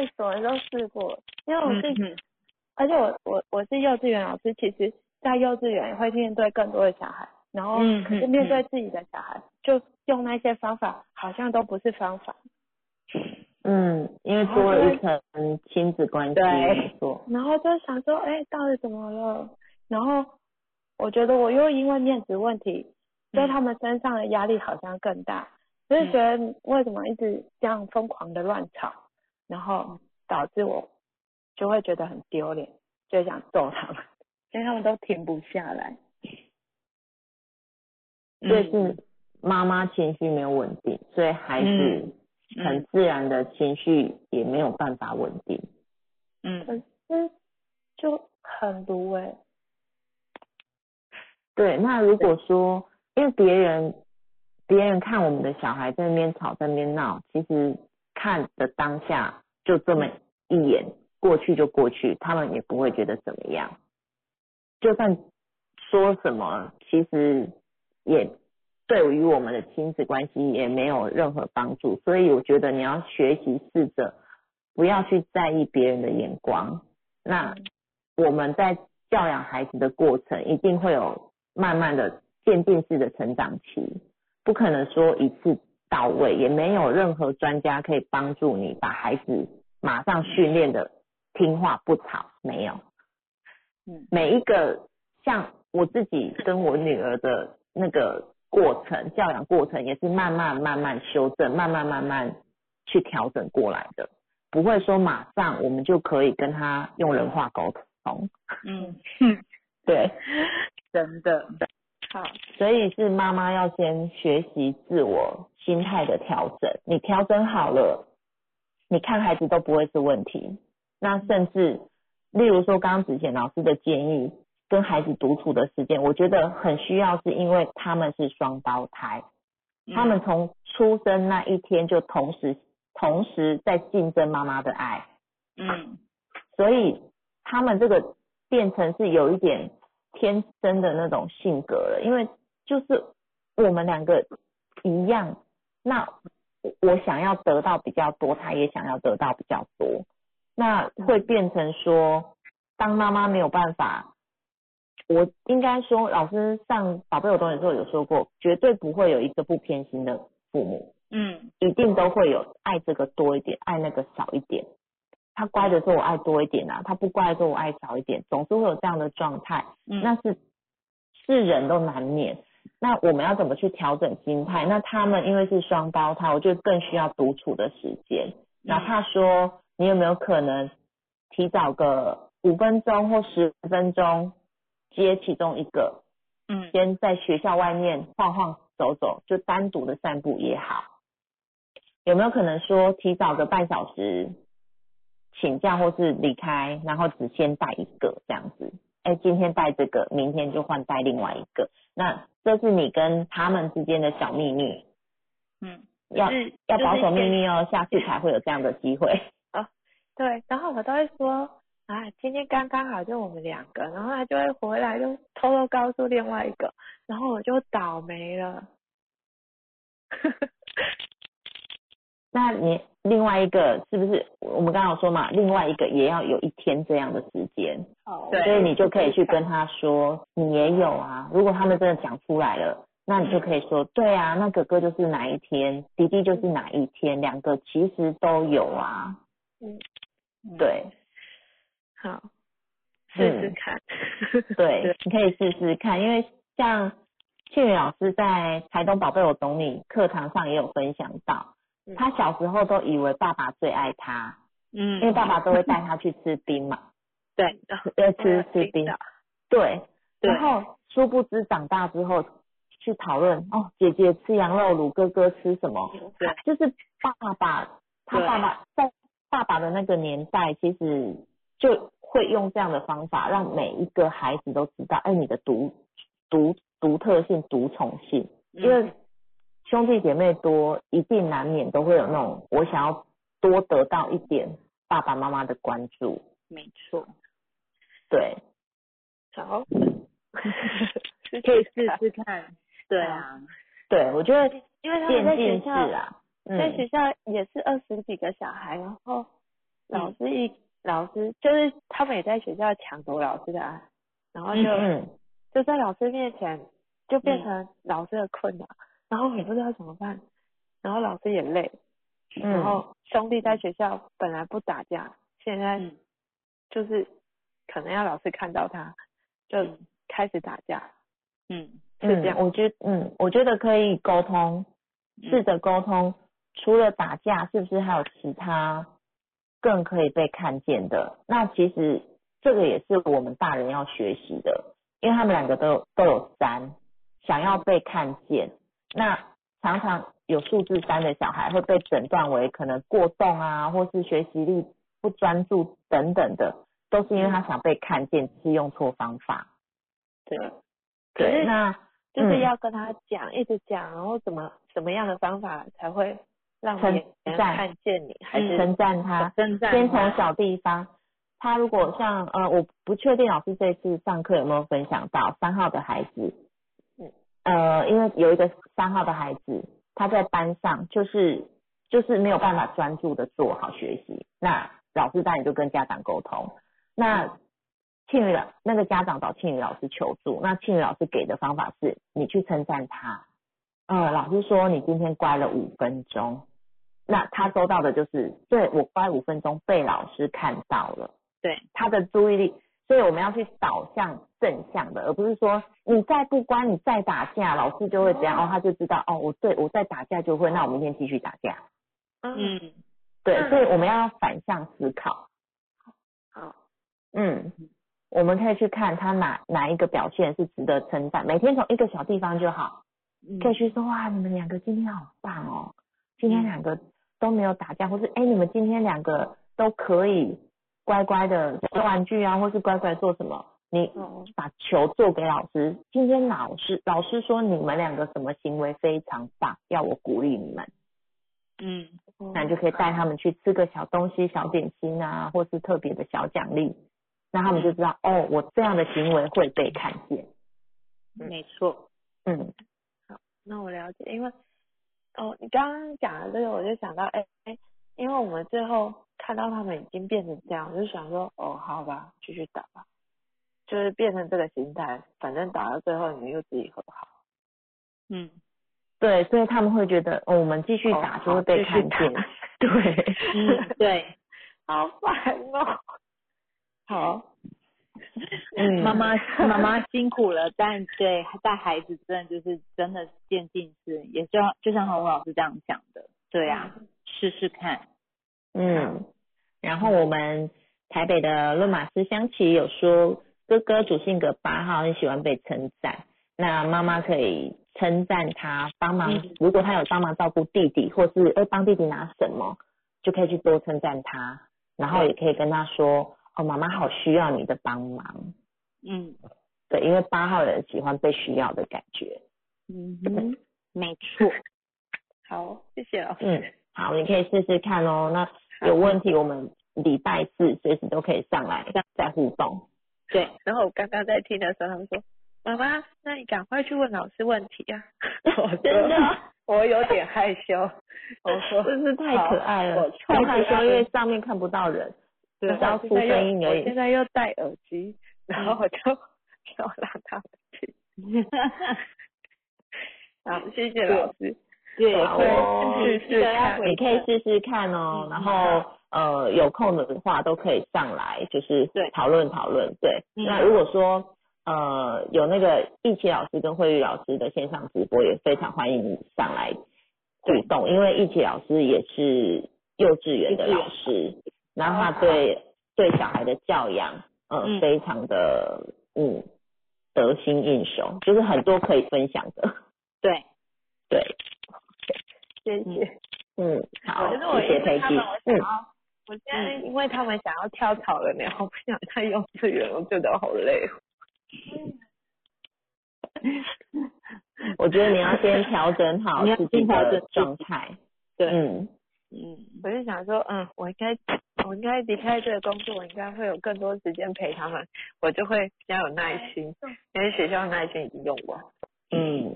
S3: 的什么都试过，因为我是，
S2: 嗯
S3: 而且我我我是幼稚园老师，其实在幼稚园会面对更多的小孩，然后
S2: 嗯
S3: 哦可是
S2: 嗯
S3: 面对自己的小孩，就用那些方法好像都不是方法，
S1: 嗯，因为多了一层亲子关系，
S3: 对
S1: 没错。
S3: 然后就想说哎、到底怎么了？然后我觉得我又因为面子问题，在他们身上的压力好像更大，所以觉得为什么一直这样疯狂的乱吵，然后导致我就会觉得很丢脸，就想揍他们， 因为他们都停不下来。
S2: 嗯
S1: 这是妈妈情绪没有稳定，所以孩子
S2: 嗯
S1: 很自然的情绪也没有办法稳定。
S2: 嗯
S3: 可是就很毒哎、
S1: 对，那如果说因为别人别人看我们的小孩在那边吵在那边闹，其实看的当下就这么一眼过去就过去，他们也不会觉得怎么样。就算说什么，其实也对于我们的亲子关系也没有任何帮助。所以我觉得你要学习试着不要去在意别人的眼光。那我们在教养孩子的过程，一定会有慢慢的渐进式的成长期，不可能说一次到位，也没有任何专家可以帮助你把孩子马上训练的听话不吵，没有。
S2: 嗯
S1: 每一个像我自己跟我女儿的那个过程，教养过程也是慢慢慢慢修正，慢慢慢慢去调整过来的，不会说马上我们就可以跟她用人话沟通。
S2: 嗯，
S1: 对，
S2: 真的，
S1: 所以是妈妈要先学习自我心态的调整。你调整好了，你看孩子都不会是问题。那甚至，例如说刚刚子贤老师的建议，跟孩子独处的时间，我觉得很需要，是因为他们是双胞胎，
S2: 嗯
S1: 他们从出生那一天就同时同时在竞争妈妈的爱。
S2: 嗯
S1: 所以他们这个变成是有一点天生的那种性格了，因为就是我们两个一样，那我想要得到比较多，他也想要得到比较多，那会变成说，当妈妈没有办法。我应该说，老师上宝贝有东西的时候有说过，绝对不会有一个不偏心的父母。
S2: 嗯
S1: 一定都会有爱这个多一点，爱那个少一点。他乖的时候我爱多一点啊，他不乖的时候我爱少一点，总是会有这样的状态，
S2: 嗯，
S1: 那是是人都难免。那我们要怎么去调整心态？那他们因为是双胞胎，我就更需要独处的时间。哪怕说你有没有可能提早个五分钟或十分钟接其中一个，
S2: 嗯，
S1: 先在学校外面晃晃走走，就单独的散步也好。有没有可能说提早个半小时请假或是离开，然后只先带一个这样子？哎，今天带这个，明天就换带另外一个。那这是你跟他们之间的小秘密，
S2: 嗯，
S1: 要
S2: 是
S1: 要保守秘
S6: 先
S1: 密哦，下次才会有这样的机会。
S6: 对，然后我都会说啊，今天刚刚好就我们两个，然后他就会回来就偷偷告诉另外一个，然后我就倒霉 了。
S1: 那你另外一个是不是我们刚刚有说嘛？另外一个也要有一天这样的时间，
S6: 对
S1: 所以你就可以去跟他说，你也有啊。如果他们真的讲出来了，那
S6: 嗯
S1: 你就可以说，对啊，那哥哥就是哪一天，弟弟就是哪一天，两个其实都有啊。
S6: 嗯，
S1: 对
S6: 好，试
S1: 嗯
S6: 试 看。
S1: 对，你可以试试看，因为像庆宇老师在《台东宝贝我懂你》课堂上也有分享到，
S6: 嗯
S1: 他小时候都以为爸爸最爱他，
S2: 嗯，
S1: 因为爸爸都会 带他去吃冰嘛。
S6: 对，
S1: 要
S6: 还有
S1: 吃吃冰
S6: 冰的，
S1: 对，
S6: 对
S1: 然后殊不知长大之后去讨论哦，姐姐吃羊肉卤，哥哥吃什么？
S6: 对，
S1: 就是爸爸，他
S6: 对
S1: 爸爸在爸爸的那个年代，其实就会用这样的方法，让每一个孩子都知道，哎，你的独独独特性、独宠性，
S2: 嗯
S1: 因为
S6: 嗯
S1: 兄弟姐妹多，一定难免都会有那种我想要多得到一点爸爸妈妈的关注，
S2: 没错，
S1: 对。
S6: 好，
S2: 可以试试看。对啊，
S1: 对，我觉得
S6: 因为他们在
S1: 渐
S6: 学
S1: 进式
S6: 校
S1: 啊，
S6: 在
S1: 嗯，
S6: 学校也是二十几个小孩，然后
S1: 嗯
S6: 老师一、老师就是他们也在学校抢夺老师的爱，然后就、
S1: 嗯，
S6: 就在老师面前就变成老师的困扰，然后也不知道怎么办，然后老师也累，
S1: 嗯
S6: 然后兄弟在学校本来不打架，现在
S2: 嗯
S6: 就是可能要老师看到他就开始打架，
S2: 嗯，
S6: 是这样
S1: 嗯我觉嗯，我觉得可以沟通，
S6: 嗯
S2: 嗯
S1: 试着沟通。除了打架，是不是还有其他更可以被看见的？那其实这个也是我们大人要学习的，因为他们两个都有都有三，想要被看见。那常常有数字三的小孩会被诊断为可能过动啊，或是学习力不专注等等的，都是因为他想被看见，是用错方法。
S6: 嗯对，可
S1: 对，
S6: 是
S1: 那
S6: 就是
S1: 嗯
S6: 要跟他讲，一直讲，然后怎么什么样的方法才会让
S1: 称
S6: 别人
S1: 赞嗯
S6: 看见你，还是哦
S1: 称赞他，
S2: 真赞
S1: 先
S6: 啊
S1: 从小地方。他如果像呃，我不确定老师这次上课有没有分享到三号的孩子，
S6: 嗯
S1: 呃，因为有一个三号的孩子，他在班上就是就是没有办法专注的做好学习，那老师当然就跟家长沟通，那庆宇老那个家长找庆宇老师求助，那庆宇老师给的方法是你去称赞他，呃，老师说你今天乖了五分钟，那他收到的就是，对我乖五分钟被老师看到了，
S2: 对
S1: 他的注意力，所以我们要去导向正向的，而不是说你再不乖，你再打架，老师就会这样，哦，他就知道哦，我对我再打架就会，那我明天继续打架，
S6: 嗯
S2: 嗯，
S1: 对，所以我们要反向思考，
S6: 好，
S1: 嗯，我们可以去看他哪哪一个表现是值得称赞，每天从一个小地方就好，
S2: 嗯
S1: 可以去说哇，你们两个今天好棒哦，今天两个都没有打架，或是哎、你们今天两个都可以乖乖的玩玩具啊，或是乖乖做什么，你
S6: 哦
S1: 把球做给老师。今天老师老师说你们两个什么行为非常棒，要我鼓励你们，
S2: 嗯，
S1: 那你就可以带他们去吃个小东西、小点心啊，或是特别的小奖励，那他们就知道哦，我这样的行为会被看见。
S2: 没错，
S1: 嗯，
S6: 那我了解，因为哦，你刚刚讲的这个，我就想到，哎哎，因为我们最后看到他们已经变成这样，我就想说，哦，好吧，继续打吧，就是变成这个心态，反正打到最后你们又自己和好，
S2: 嗯，
S1: 对，所以他们会觉得哦，我们继续
S6: 哦
S1: 打就
S6: 好
S1: 会被
S6: 继续
S1: 看
S6: 打
S1: 见。 对，
S2: 嗯，对，
S6: 好烦哦。好，
S2: 嗯，妈妈妈妈辛苦了，但对带孩子真的就是真的渐进式，也就就像洪老师这样讲的，对啊，试试看。
S1: 嗯，然后我们台北的论马师香琪有说，哥哥主性格八号，很喜欢被称赞，那妈妈可以称赞他帮忙，如果他有帮忙照顾弟弟，或是哎帮弟弟拿什么，就可以去多称赞他，然后也可以跟他说，哦，妈妈好需要你的帮忙，
S2: 嗯
S1: 对，因为八号人喜欢被需要的感觉，
S2: 嗯哼，没错。
S6: 好，谢谢老师。
S1: 嗯，好，你可以试试看哦，那有问题我们礼拜四随时都可以上来再互动。
S2: 对，
S6: 然后我刚刚在听的时候，他们说：“妈妈，那你赶快去问老师问题啊！”我说
S1: 真的，
S6: 我有点害羞。我说
S1: 真是太可爱
S6: 好
S1: 了
S6: 我。看
S1: 太害
S6: 到
S1: 羞，因为上面看不到人，
S6: 对
S1: 只要
S6: 我现
S1: 出
S6: 在又
S1: 声音而
S6: 我现
S1: 已。
S6: 在又戴耳机，然后我就要让他们 去。好，谢谢老师。
S1: 对
S6: 我
S1: 哦
S6: 会 试试看。
S1: 你可以试试看哦。然后呃，有空的话都可以上来，就是
S2: 对
S1: 讨论讨论。对，
S2: 嗯
S1: 那如果说呃有那个易奇老师跟慧玉老师的线上直播，也非常欢迎你上来互动，因为易奇老师也是幼稚园的老师，然后他对对小孩的教养，呃，
S2: 嗯
S1: 非常的嗯得心应手，就是很多可以分享的。
S2: 对，
S1: 对，
S6: 谢谢。
S1: 嗯，好，
S6: 可是我
S1: 谢
S6: 因
S1: 谢
S6: 为
S1: 培
S6: 他
S1: 记
S6: 们，我想
S1: 嗯。
S6: 要，我现在因为他们想要跳槽了呢，我不想在幼稚园，我觉得好累哦。
S1: 我觉得你要先调整好
S2: 你要
S1: 自己
S2: 先调
S1: 的
S2: 整
S1: 状态。
S2: 对
S1: 嗯，
S2: 嗯，
S6: 我就想说，嗯，我应该，我应该离开这个工作，我应该会有更多时间陪他们，我就会比较有耐心，因为学校耐心已经用完。
S1: 嗯，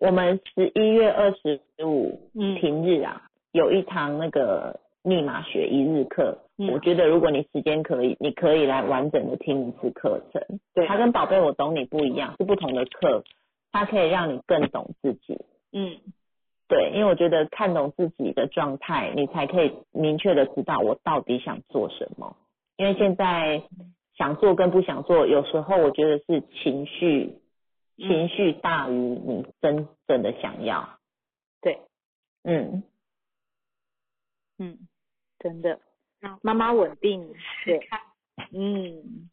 S1: 我们十一月二十五
S2: 嗯
S1: 平日啊，有一堂那个密码学一日课。
S2: 嗯
S1: 我觉得如果你时间可以，你可以来完整的听一次课程。
S2: 对
S1: 它跟宝贝我懂你不一样，是不同的课，它可以让你更懂自己。
S2: 嗯
S1: 对，因为我觉得看懂自己的状态，你才可以明确的知道我到底想做什么。因为现在想做跟不想做，有时候我觉得是情绪，
S2: 嗯
S1: 情绪大于你真正的想要。
S2: 对，
S1: 嗯，
S2: 嗯，真的，妈妈稳定，对，嗯，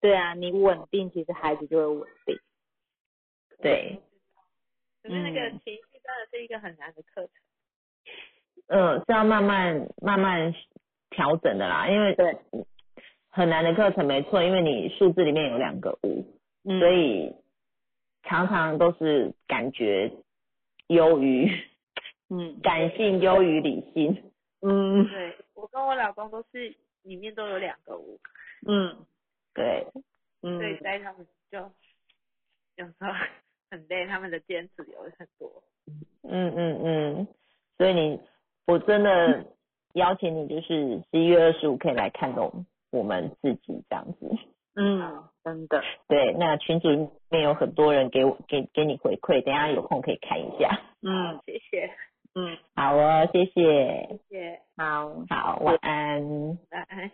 S2: 对啊，你稳定，其实孩子就会稳定。
S1: 对，
S6: 可是那个
S1: 嗯
S6: 情绪真的是一个很难的课程。
S1: 嗯，是要慢慢慢慢调整的啦，因为
S2: 对
S1: 很难的课程没错，因为你数字里面有两个五，
S2: 嗯
S1: 所以常常都是感觉优于。
S2: 嗯
S1: 感性优于理性。
S2: 嗯
S6: 对，我跟我老公都是里面都有两个五，
S2: 嗯
S1: 对，
S2: 嗯，
S6: 所以在他们就有时候很累，他们的坚持有很多。
S1: 嗯嗯嗯，所以你，我真的邀请你，就是十一月二十五可以来看懂我们自己这样子。
S2: 嗯，真的，
S1: 对，那群组里面有很多人给我给给你回馈，等一下有空可以看一下。
S2: 嗯
S6: 谢谢，
S2: 嗯，
S1: 好哦，谢谢，
S6: 谢谢，
S2: 好，
S1: 好，晚安。
S6: 晚安。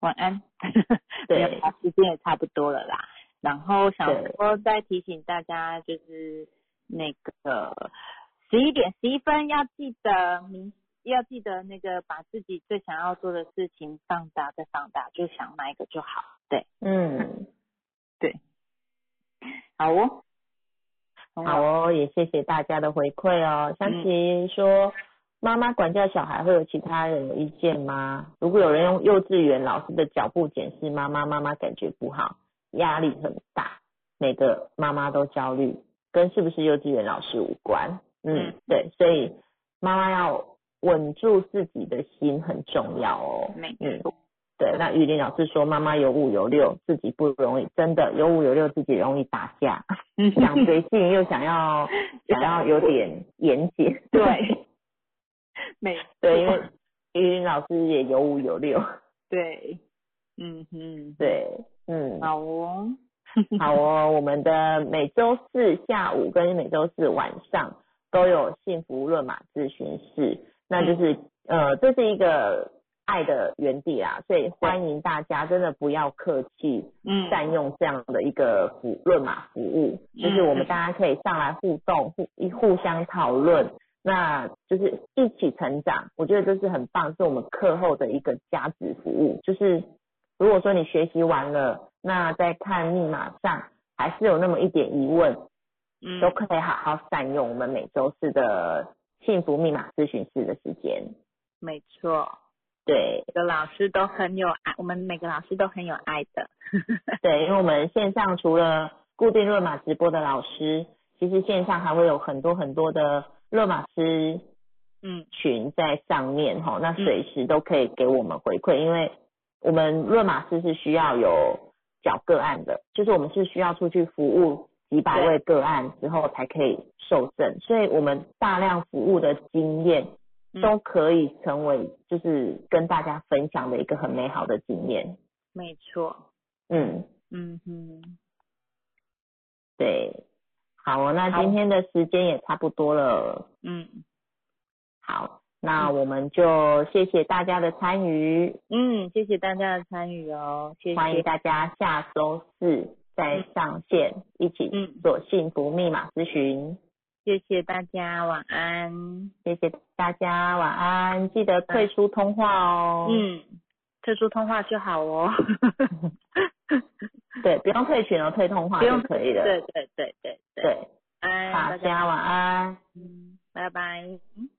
S2: 晚安。
S1: 对
S2: 没有啦时间也差不多了啦。然后想
S1: 对
S2: 说再提醒大家，就是那个十一点十一分要记得明，要记得那个把自己最想要做的事情放大再放大，就想哪一个就好。对，
S1: 嗯，
S2: 好哦，
S1: 好哦，也谢谢大家的回馈哦。香琪说，妈妈管教小孩会有其他人有意见吗？如果有人用幼稚园老师的脚步检视妈妈，妈妈感觉不好，压力很大，每个妈妈都焦虑，跟是不是幼稚园老师无关。嗯
S2: 嗯，
S1: 对，所以妈妈要稳住自己的心很重要哦。
S2: 没
S1: 嗯
S2: 错，
S1: 对，那雨林老师说，妈妈有五有六，自己不容易，真的有五有六，自己容易打架，想随性又想要想要有点严谨，
S2: 对，没
S1: 对，因为雨林老师也有五有六，
S2: 对，嗯哼，
S1: 对，嗯，
S2: 好哦，
S1: 好哦，我们的每周四下午跟每周四晚上都有幸福论马咨询室，那就是呃，这是一个爱的园地啦，所以欢迎大家真的不要客气，
S2: 嗯
S1: 善用这样的一个服论马服务，就是我们大家可以上来互动，互一互相讨论，那就是一起成长。我觉得这是很棒，是我们课后的一个价值服务。就是如果说你学习完了，那在看密码上还是有那么一点疑问，
S2: 嗯
S1: 都可以好好善用我们每周四的幸福密码咨询室的时间。
S2: 没错，
S1: 对
S2: 每个老师都很有爱，我们每个老师都很有爱的。
S1: 对，因为我们线上除了固定热玛直播的老师，其实线上还会有很多很多的热玛师
S2: 嗯
S1: 群在上面哈，那随时都可以给我们回馈，因为我们论马师是需要有缴个案的，就是我们是需要出去服务几百位个案之后才可以受证，所以我们大量服务的经验
S2: 嗯
S1: 都可以成为就是跟大家分享的一个很美好的经验。
S2: 没错，
S1: 嗯，
S2: 嗯哼，
S1: 对，好哦，那今天的时间也差不多了，
S2: 嗯
S1: 好，那我们就谢谢大家的参与。
S2: 嗯，谢谢大家的参与哦，谢谢，
S1: 欢迎大家下周四再上线，一起
S2: 嗯
S1: 做幸福密码咨询。
S2: 谢谢大家，晚安。
S1: 谢谢大家，晚安，记得退出通话哦。，
S2: 嗯，特殊通话就好哦。
S1: 对，不用退群哦，退通话
S2: 不
S1: 就
S2: 用
S1: 可以 了。
S2: 对对对对对，
S1: 对，
S2: 哎，
S1: 大
S2: 大家
S1: 家晚安。
S2: 嗯拜拜。嗯